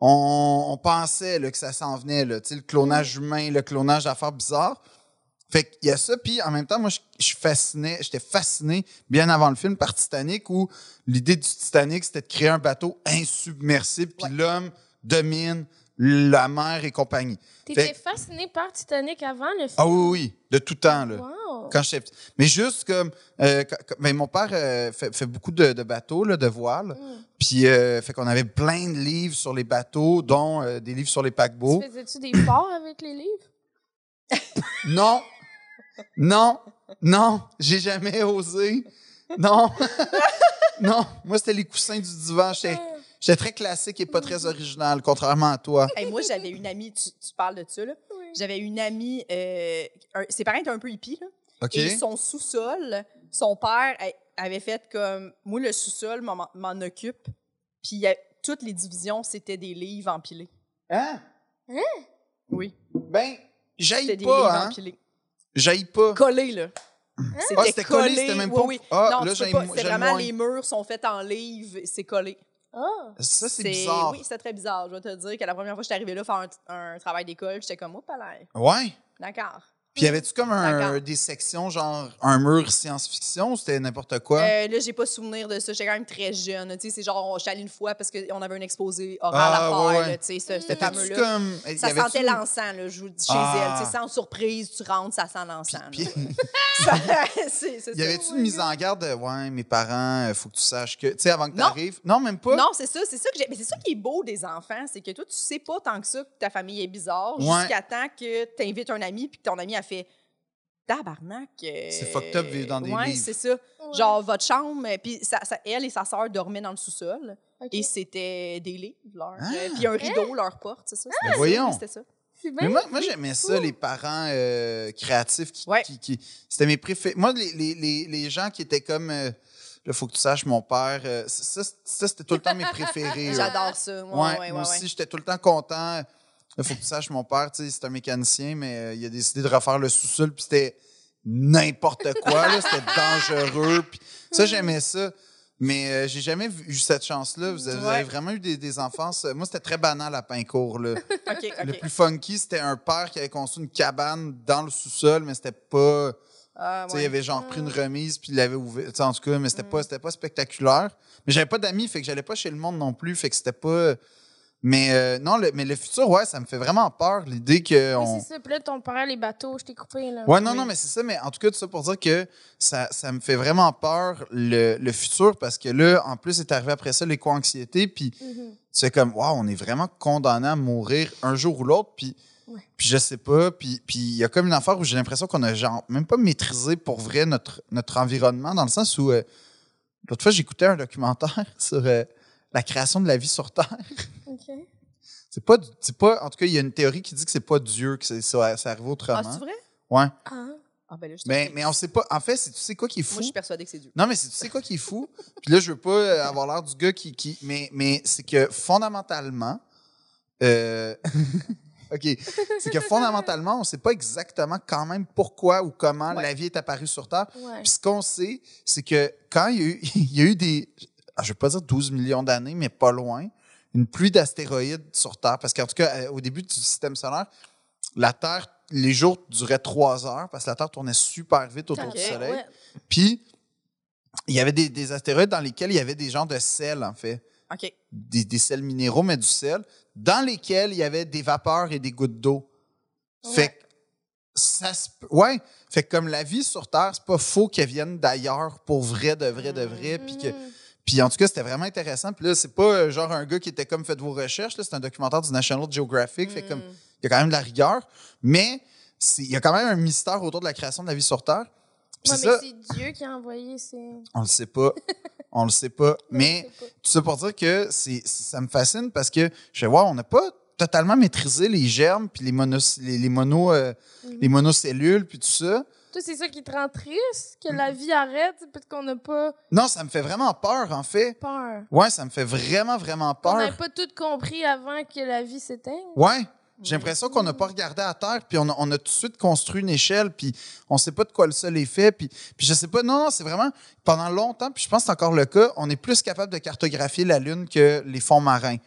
on, on pensait là, que ça s'en venait, là, tu sais, le clonage humain, le clonage d'affaires bizarres. Fait qu'il y a ça, puis en même temps, moi, je, je suis fasciné, j'étais fasciné bien avant le film par Titanic, où l'idée du Titanic, c'était de créer un bateau insubmersible, puis l'homme domine la mer et compagnie.
T'étais
Fait-
fasciné par Titanic avant le film.
Ah oui, oui, de tout temps, là.
Wow.
Quand j'étais petit. Mais juste comme. euh, quand- quand- ben, mon père euh, fait, fait beaucoup de, de bateaux, là, de voiles.
Mm.
Puis, euh, fait qu'on avait plein de livres sur les bateaux, dont euh, des livres sur les paquebots.
Tu Faisais-tu des ports avec les livres?
Non! Non! Non! J'ai jamais osé. Non! Non, moi, c'était les coussins du divan. J'étais
Ah,
j'étais très classique et pas très original, contrairement à toi.
Hey, moi, j'avais une amie, tu, tu parles de ça, là.
Oui.
J'avais une amie, euh, un- ses parents étaient un peu hippies, là.
OK?
Et son sous-sol, son père a- avait fait comme moi le sous-sol m'en m'en occupe. Puis il y a- toutes les divisions c'était des livres empilés.
Hein?
Oui,
Ben,
c'était
j'aille
des
pas,
livres
hein?
empilés.
J'aille pas.
Collés là.
Ah, c'était collé, c'était même pas-
Oui, oui.
Ah,
non,
là,
tu peux
j'aime-
pas, c'était
j'aime
vraiment
moins.
les murs sont faits en livres, c'est collé.
Ah!
Ça, c'est bizarre.
Oui, c'était très bizarre. Je vais te dire que la première fois que j'étais arrivée là faire un, un travail d'école, j'étais comme, oh, pas l'air.
Ouais.
D'accord.
Puis, avais-tu comme un,
D'accord.
des sections, genre un mur science-fiction ou c'était n'importe quoi?
Euh, là, j'ai pas souvenir de ça. J'étais quand même très jeune. Tu sais, c'est genre, j'étais allée une fois parce qu'on avait un exposé oral
Ah,
à faire,
ouais, ouais.
là, tu sais, ce, ce
T'étais-tu
fameux-là.
comme. y
Ça
avait-tu-
sentait l'encens, là, je vous le dis, chez
Ah.
elle. Tu sais, sans surprise, tu rentres, ça sent l'encens.
Puis,
là. Ça- c'est- c'est
y
ça,
avait-tu
ouais,
une mise
là.
en garde de Ouais, mes parents, euh, faut que tu saches que. Tu sais, avant que
Non.
t'arrives. Non, même pas.
Non, c'est ça, c'est ça que j'ai- Mais c'est ça qui est beau des enfants, c'est que toi, tu sais pas tant que ça que ta famille est bizarre
Ouais.
jusqu'à temps que tu invites un ami puis que ton ami a fait tabarnak. euh,
C'est fucked up vivre dans des
ouais,
livres.
c'est ça. Genre, votre chambre, euh, puis ça- ça- elle et sa sœur dormaient dans le sous-sol.
Ok.
Et c'était des livres, leur.
Ah!
euh, Puis un rideau, leur porte, c'est ça? c'était
Ben
ça,
voyons.
C'était ça.
C'est bien.
Mais moi, moi j'aimais ça, les parents euh, créatifs qui.
Ouais.
qui- qui- C'était mes préférés. Moi, les, les, les, les gens qui étaient comme. euh, Là, faut que tu saches, mon père. euh, ça, c'est- ça, c'était tout le temps mes préférés. là.
J'adore ça. Ouais,
euh, Ouais,
ouais, ouais,
moi aussi,
ouais.
j'étais tout le temps content. Il faut que tu saches, mon père, tu sais, c'est un mécanicien, mais euh, il a décidé de refaire le sous-sol, puis c'était n'importe quoi, là, c'était dangereux. puis
Hmm.
ça, j'aimais ça. Mais euh, j'ai jamais vu- eu cette chance-là. Vous avez, vous
Ouais.
avez vraiment eu des, des enfances. Moi, c'était très banal à Pincourt. Là.
OK,
Le
OK.
plus funky, c'était un père qui avait construit une cabane dans le sous-sol, mais c'était pas.
Ah, Mm.
Tu sais,
ouais.
il avait genre pris une remise puis il l'avait ouvert. Tu sais, en tout cas, mais c'était pas, c'était pas spectaculaire. Mais j'avais pas d'amis, fait que j'allais pas chez le monde non plus, fait que c'était pas. Mais euh, non, le, mais le futur, ouais, ça me fait vraiment peur l'idée que
Oui,
on-
c'est ça. Puis là, ton père, les bateaux, je t'ai coupé, là.
Ouais, non, non, mais c'est ça. Mais en tout cas, tout ça pour dire que ça, ça me fait vraiment peur le, le futur parce que là, en plus, est arrivé après ça l'éco-anxiété. Puis
Mhm.
tu fais comme, waouh, on est vraiment condamné à mourir un jour ou l'autre. Puis,
Ouais.
puis je sais pas. Puis puis il y a comme une affaire où j'ai l'impression qu'on a genre même pas maîtrisé pour vrai notre, notre environnement dans le sens où euh, l'autre fois, j'écoutais un documentaire sur euh, la création de la vie sur Terre.
OK.
C'est pas, du- c'est pas, en tout cas, il y a une théorie qui dit que c'est pas Dieu que c'est- ça, ça arrive
Ah,
autrement.
c'est vrai?
ouais.
Ah.
Ah, ben là, je
Mais,
sais.
mais on sait pas. En fait, c'est- tu sais quoi qui est fou?
Moi, je suis persuadée que c'est Dieu.
Non, mais c'est- tu sais quoi qui est fou? Puis là, je veux pas euh, avoir l'air du gars qui. qui mais mais c'est que fondamentalement. euh, OK. C'est que fondamentalement, on ne sait pas exactement quand même pourquoi ou comment
Ouais.
la vie est apparue sur Terre.
Ouais.
Puis ce qu'on sait, c'est que quand il y a eu, il y a eu des. ah, Je ne vais pas dire 12 millions d'années, mais pas loin, une pluie d'astéroïdes sur Terre. Parce qu'en tout cas, euh, au début du système solaire, la Terre, les jours duraient trois heures parce que la Terre tournait super vite autour
Tabarouette.
du Soleil. Puis, il y avait des, des astéroïdes dans lesquels il y avait des genres de sel, en fait.
OK.
Des, des sels minéraux, mais du sel, dans lesquels il y avait des vapeurs et des gouttes d'eau. Fait que ça se peut- Ouais. Fait que comme la vie sur Terre, c'est pas faux qu'elle vienne d'ailleurs pour vrai, de vrai, de vrai. Puis que.
Mhm.
Puis en tout cas, c'était vraiment intéressant. Puis là, c'est pas euh, genre un gars qui était comme faites vos recherches. là. C'est un documentaire du National Geographic. Fait que comme
Mm.
Hmm.
il y a quand même de la rigueur. Mais c'est- il y a quand même un mystère autour de la création de la vie sur Terre. Puis
Ouais,
c'est
mais
ça,
c'est Dieu qui a envoyé ces.
on le sait pas. On le sait pas.
Je
Mais
sais pas.
tout ça pour dire que c'est- ça me fascine parce que je vais voir, on n'a pas totalement maîtrisé les germes puis les, mono, les, les mono, euh, les monocellules puis tout ça.
Toi, c'est ça qui te rend triste, que la vie arrête, c'est peut-être qu'on n'a pas
Non, ça me fait vraiment peur, en fait.
peur.
Ouais, ça me fait vraiment, vraiment
On n'a
peur.
pas tout compris avant que la vie s'éteigne.
Ouais. J'ai l'impression qu'on n'a pas regardé à terre, puis on a, on a tout de suite construit une échelle, puis on sait pas de quoi le sol est fait, puis, puis je sais pas. Non, non, c'est vraiment pendant longtemps, puis je pense que c'est encore le cas, on est plus capable de cartographier la Lune que les fonds marins.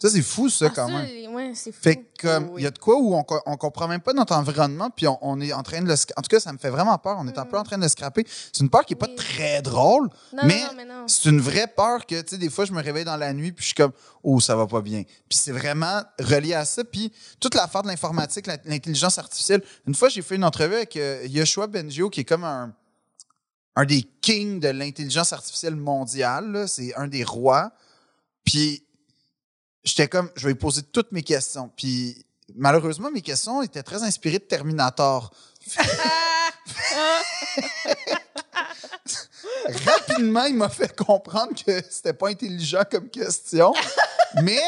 Ça, c'est fou, ça,
Ah,
quand même.
les- Ouais, c'est fou.
Fait que, comme, il
Oui, oui.
y a de quoi où on, co- on comprend même pas notre environnement, puis on, on est en train de le. sc- En tout cas, ça me fait vraiment peur. On est un peu en train de le scraper. C'est une peur qui est pas
Mm. Oui.
très drôle.
Non,
mais-
non, non, mais non.
C'est une vraie peur que, tu sais, des fois, je me réveille dans la nuit, puis je suis comme, oh, ça va pas bien. Puis c'est vraiment relié à ça. Puis toute l'affaire de l'informatique, la- l'intelligence artificielle. Une fois, j'ai fait une entrevue avec euh, Yoshua Bengio, qui est comme un, un des kings de l'intelligence artificielle mondiale. là. C'est un des rois. Puis j'étais comme, je vais lui poser toutes mes questions. Puis malheureusement, mes questions étaient très inspirées de Terminator. Rapidement, il m'a fait comprendre que c'était pas intelligent comme question. Mais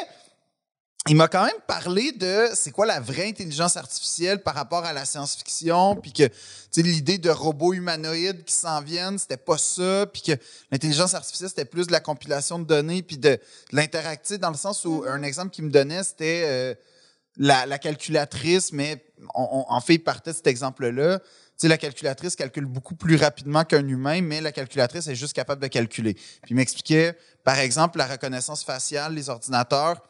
il m'a quand même parlé de c'est quoi la vraie intelligence artificielle par rapport à la science-fiction, puis que tu sais, l'idée de robots humanoïdes qui s'en viennent, c'était pas ça, puis que l'intelligence artificielle, c'était plus de la compilation de données, puis de, de l'interactif, dans le sens où un exemple qu'il me donnait, c'était euh, la, la calculatrice, mais on- on- en fait, il partait de cet exemple-là. Tu sais, la calculatrice calcule beaucoup plus rapidement qu'un humain, mais la calculatrice est juste capable de calculer. Puis il m'expliquait, par exemple, la reconnaissance faciale, les ordinateurs,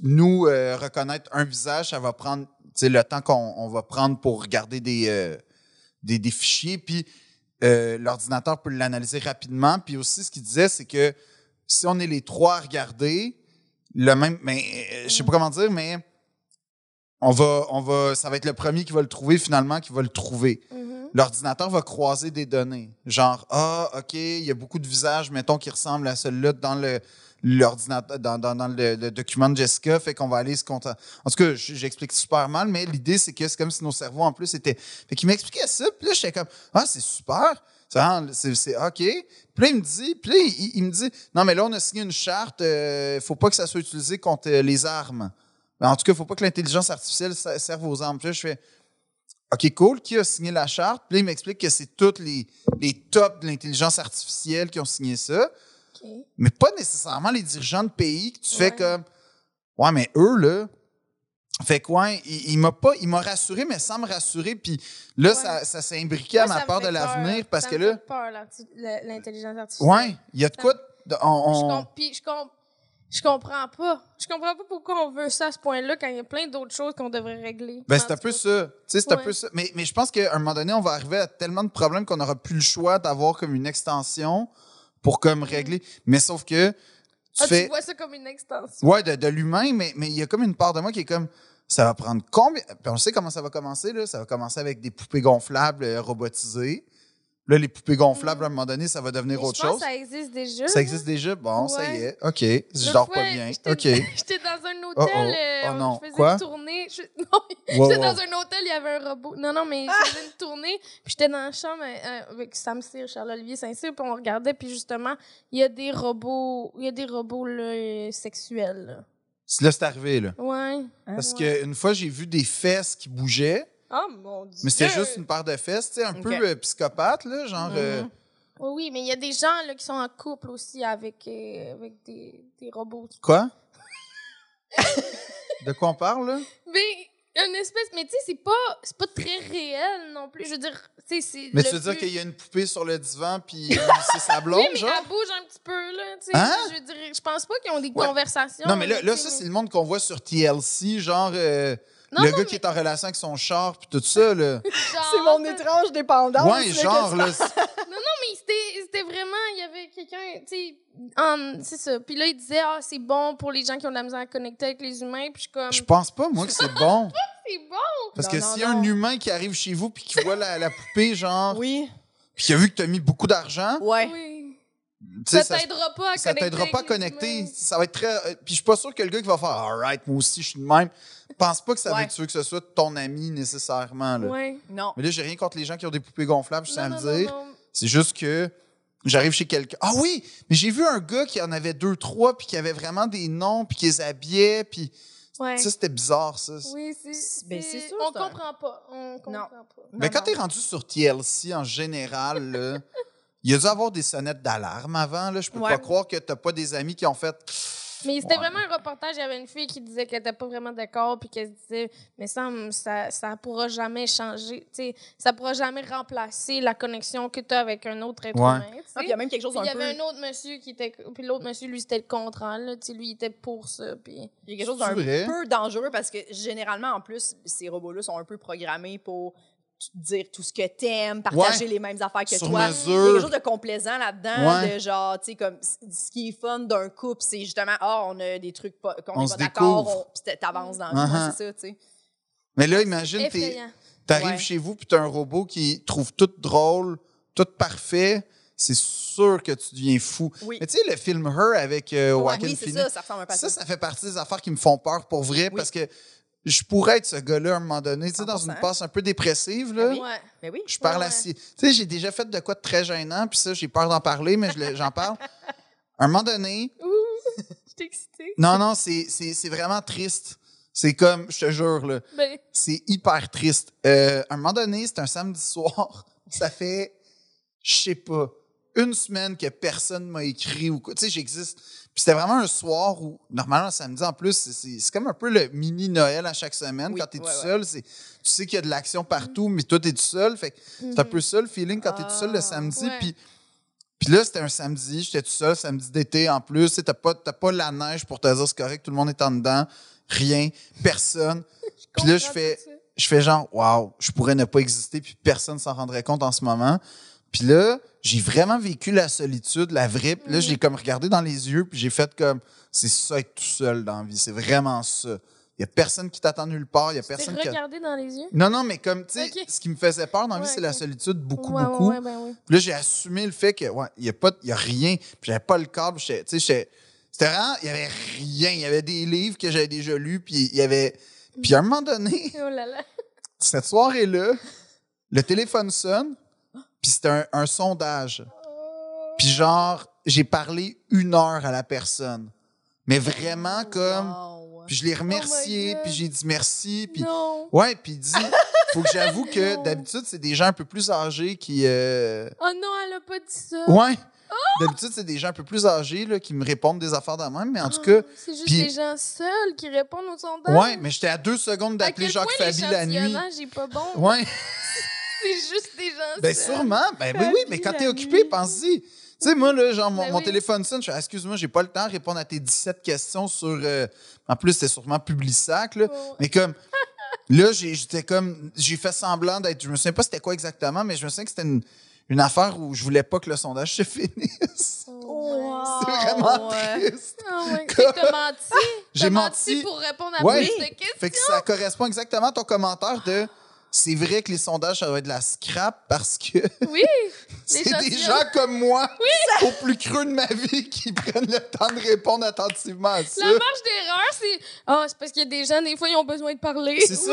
nous euh, reconnaître un visage, ça va prendre tu sais, le temps qu'on on va prendre pour regarder des, euh, des, des fichiers, puis euh, l'ordinateur peut l'analyser rapidement. Puis aussi, ce qu'il disait, c'est que si on est les trois à regarder, le même, mais euh, je sais pas comment dire, mais on va, on va, ça va être le premier qui va le trouver finalement, qui va le trouver
Mhm.
l'ordinateur va croiser des données. Genre, ah, OK, il y a beaucoup de visages, mettons, qui ressemblent à celui-là dans le l'ordinateur dans, dans- dans le, le document de Jessica, fait qu'on va aller se compter. En tout cas, j- j'explique super mal, mais l'idée, c'est que c'est comme si nos cerveaux, en plus, étaient... Fait qu'il m'expliquait ça, puis là, j'étais comme, ah, c'est super, c'est vraiment- c'est c'est OK. Puis là, il me dit, puis là, il, il me dit, non, mais là, on a signé une charte, euh, faut pas que ça soit utilisé contre euh, les armes. Mais en tout cas, faut pas que l'intelligence artificielle ser- serve aux armes. Puis là, je fais, OK, cool, qui a signé la charte? Puis là, il m'explique que c'est tous les, les tops de l'intelligence artificielle qui ont signé ça,
OK.
mais pas nécessairement les dirigeants de pays que tu fais
Ouais.
comme. Ouais, mais eux, là. Fait quoi? il, il m'a pas, il m'a rassuré, mais sans me rassurer. Puis là,
Ouais.
ça, ça s'est imbriqué à
Moi,
ma
ça me
part
fait
de
peur.
l'avenir parce
Ça
que
me
là,
fait peur, l'arti- la- l'intelligence artificielle.
ouais, il y a de
Ça-
quoi. de- on-
Je,
on-
com- puis je, com- je comprends pas. Je comprends pas pourquoi on veut ça à ce point-là quand il y a plein d'autres choses qu'on devrait régler.
Ben,
En
c'est un
tout
peu
cas.
ça. Tu sais, c'est un
Ouais.
peu ça. Mais, mais je pense qu'à un moment donné, on va arriver à tellement de problèmes qu'on n'aura plus le choix d'avoir comme une extension pour comme régler. Mais sauf que tu
Mm-hmm. Ah, Tu,
fais.
vois ça comme une extension.
Ouais, de, de l'humain, mais mais il y a comme une part de moi qui est comme. Ça va prendre combien. Puis on sait comment ça va commencer, là. Ça va commencer avec des poupées gonflables euh, robotisées. Là, les poupées gonflables, à un moment donné, ça va
Mm-hmm. Mais
devenir
je
autre
pense
chose.
que ça existe déjà.
Ça existe déjà? Bon, ça y
Ouais.
est. OK. Je
L'autre
dors
fois,
pas bien.
j'étais-
OK.
J'étais dans un hôtel,
Oh, oh.
euh,
Oh, non.
je faisais
Quoi?
une tournée. Je- Non,
Wow,
j'étais
wow.
dans un hôtel, il y avait un robot. Non, non, mais je faisais une tournée, puis j'étais dans la chambre euh, avec Sam Cyr, Charles-Olivier Saint-Cyr, puis on regardait, puis justement, il y a des robots, il y a des robots là, euh, sexuels. là.
Là, c'est arrivé, là.
Ouais.
Parce
Ah Ouais.
que une fois, j'ai vu des fesses qui bougeaient.
Oh mon dieu!
Mais c'était juste une paire de fesses, tu sais, un
Ok.
peu euh, psychopathe, là, genre. euh,
Oui, oui, mais il y a des gens là, qui sont en couple aussi avec, euh, avec des, des robots.
quoi? de quoi on parle, là?
Mais une espèce. Mais tu sais, c'est pas, c'est pas très réel non plus. Je veux dire, tu sais, c'est.
Mais
le
tu veux dire
plus-
qu'il y a une poupée sur le divan, puis c'est sa blonde,
Oui, mais
genre?
elle bouge un petit peu, là. Tu sais,
Hein?
Je veux dire, je pense pas qu'ils ont des
Ouais.
conversations.
Non, mais là, là
tu sais,
ça, c'est le monde qu'on voit sur TLC, genre euh,
Non,
le
non,
gars qui est en relation avec son char, puis tout ça, là.
genre-
C'est mon étrange dépendance.
ouais,
là,
genre,
que-
là. c'est-
mais c'était c'était vraiment, il y avait quelqu'un, tu sais, en- c'est ça. Puis là, il disait, ah, c'est bon pour les gens qui ont de la misère à connecter avec les humains. Puis je suis comme,
Je pense pas, moi, que c'est bon.
c'est bon.
Parce
Non,
que
non,
si y a un
non.
humain qui arrive chez vous, puis qui voit la, la poupée, genre,
Oui.
puis qui a vu que t'as mis beaucoup d'argent,
Ouais.
Oui.
tu sais,
Ça
ça se
t'aidera pas à
ça
connecter.
t'aidera pas à
avec les
connecter.
humains.
Ça va être très. euh, Puis je suis pas sûr que le gars qui va faire Alright, moi aussi, je suis de même. Pense pas que ça veut
Ouais.
que tu veux que ce soit ton ami nécessairement. Là.
Ouais.
Non.
Mais là, j'ai rien contre les gens qui ont des poupées gonflables, je tiens à
Non,
le
non, non,
dire.
non.
C'est juste que j'arrive chez quelqu'un. Ah oui, mais j'ai vu un gars qui en avait deux, trois, puis qui avait vraiment des noms, puis qui les habillait, puis
Ouais.
ça, c'était bizarre, ça.
Oui, c'est.
Ben, c'est sûr,
On
c'est un-
comprend pas. On comprend pas.
mais
Non,
quand
non.
t'es rendu sur TLC en général, là, il y a dû avoir des sonnettes d'alarme avant. Là. Je peux
Ouais.
pas croire que t'as pas des amis qui ont fait
Mais c'était
Ouais.
vraiment un reportage. Il y avait une fille qui disait qu'elle n'était pas vraiment d'accord, puis qu'elle se disait, mais ça, me- ça, ça pourra jamais changer. tu sais, ça pourra jamais remplacer la connexion que tu as avec un autre être
Ouais.
humain. tu sais.
Ah, puis Il y a même quelque chose
Puis il y
un peu.
avait un autre monsieur qui était. Puis l'autre monsieur, lui, c'était le contraire. Là, tu sais, lui, il était pour ça. Puis...
Il y a quelque chose
C'est
d'un
vrai.
peu dangereux parce que généralement, en plus, ces robots-là sont un peu programmés pour t- dire tout ce que t'aimes, partager les mêmes affaires que
sur
toi. Il y a quelque
mesure.
chose de complaisant là-dedans,
Ouais.
de genre, tu sais, comme c- ce qui est fun d'un couple, c'est justement, ah, on a des trucs pas- qu'on
On
n'est
se
pas d'accord,
découvre.
on- puis t- t'avances dans le jeu,
Uh-huh.
c'est ça, tu sais.
Mais là, imagine, t'es.
Effrayant.
T'arrives
Ouais.
chez vous, puis t'as un robot qui trouve tout drôle, tout parfait. C'est sûr que tu deviens fou.
Oui.
Mais tu sais, le film Her avec euh,
Ouais,
Joaquin
oui, c'est
Phoenix,
ça, ça ressemble un peu à
ça,
ça.
ça fait partie des affaires qui me font peur pour vrai, parce que je pourrais être ce gars-là à un moment donné, tu sais, dans
100%.
une passe un peu dépressive, là.
Ouais.
Mais Ben oui.
Je parle
Ouais, ouais.
assis. Tu sais, j'ai déjà fait de quoi de très gênant, puis ça, j'ai peur d'en parler, mais je le- j'en parle. À un moment donné,
Je t'ai excitée.
non, non, c'est- c'est c'est vraiment triste. C'est comme, je te jure, là,
Ben,
c'est hyper triste. Euh, à un moment donné, c'est un samedi soir, ça fait, je sais pas, une semaine que personne m'a écrit ou quoi. Tu sais, j'existe. Puis c'était vraiment un soir où, normalement, le samedi, en plus, c'est- c'est c'est comme un peu le mini Noël à chaque semaine.
Oui,
quand t'es
ouais,
tout
ouais.
seul, c'est- tu sais qu'il y a de l'action partout, mais toi, t'es tout seul. Fait que c'est un
hmm.
peu ça le feeling quand t'es tout seul le
Mhm. Ah,
samedi.
ouais.
Puis puis là, c'était un samedi, j'étais tout seul, samedi d'été en plus. Tu sais, T'as pas, t'as pas la neige pour te dire c'est correct, tout le monde est en dedans, rien, personne. Puis là, je
comprends
fais,
tout ça.
je fais genre, waouh, je pourrais ne pas exister, puis personne s'en rendrait compte en ce moment. Puis là, j'ai vraiment vécu la solitude, la vraie. Puis là,
Mhm.
j'ai comme regardé dans les yeux, puis j'ai fait comme, c'est ça être tout seul dans la vie, c'est vraiment ça. Il y a personne qui t'attend nulle part, il y a
Tu t'es
personne qui. a-
regardé dans les yeux?
Non, non, mais comme, tu sais,
Ok.
ce qui me faisait peur dans la vie,
Ouais,
c'est la
ok.
solitude beaucoup,
ouais,
beaucoup.
ouais, ouais, ben oui.
Puis là, j'ai assumé le fait que, ouais, il n'y a, pas- y a rien. Puis j'avais pas le cadre. J'étais- Tu sais, j'étais- c'était vraiment, il y avait rien. Il y avait des livres que j'avais déjà lus. Puis il y avait. Puis à un moment donné,
Oh là là.
cette soirée-là, le téléphone sonne. Puis c'était un, un sondage. Puis genre, j'ai parlé une heure à la personne. Mais vraiment comme.
Wow.
Puis je l'ai
Oh my
remercié.
God.
puis j'ai dit merci. Puis
Non.
ouais, puis il dit. Faut que j'avoue que
Non.
d'habitude, c'est des gens un peu plus âgés qui. euh,
Oh non, elle a pas dit ça.
Ouais. D'habitude, c'est des gens un peu plus âgés là, qui me répondent des affaires de même, mais en tout cas,
Ah, Ben, C'est juste
puis-
les gens seuls qui répondent aux sondages.
ouais, mais j'étais à deux secondes d'appeler Jacques Fabi la nuit.
j'ai pas bon.
Ouais,
C'est juste des gens
ben
seuls.
sûrement. Ben oui, oui, mais quand
Fabi
t'es
la
occupé,
nuit.
pense-y. Tu sais, moi, là, genre, mon,
Ben
mon
oui.
téléphone sonne, je fais, excuse-moi, j'ai pas le temps de répondre à tes 17 questions sur. euh, En plus, c'était sûrement Publisac, là.
Ouais.
Mais comme. Là, j'ai- j'étais comme. J'ai fait semblant d'être. Je me souviens pas c'était quoi exactement, mais je me souviens que c'était une, une affaire où je voulais pas que le sondage se finisse.
Oh,
C'est
nice.
vraiment
ouais.
triste.
Oh my God. Fait que T'as menti.
J'ai
T'as
menti.
pour répondre à
Ouais.
plus de questions.
Fait que ça correspond exactement à ton commentaire de c'est vrai que les sondages, ça doit être de la scrap parce que
Oui.
c'est
gens
des
qui-
gens comme moi, au plus creux de ma vie, qui prennent le temps de répondre attentivement à ça.
La marge d'erreur, c'est. Ah, c'est parce qu'il y a des gens, des fois, ils ont besoin de parler.
C'est ça.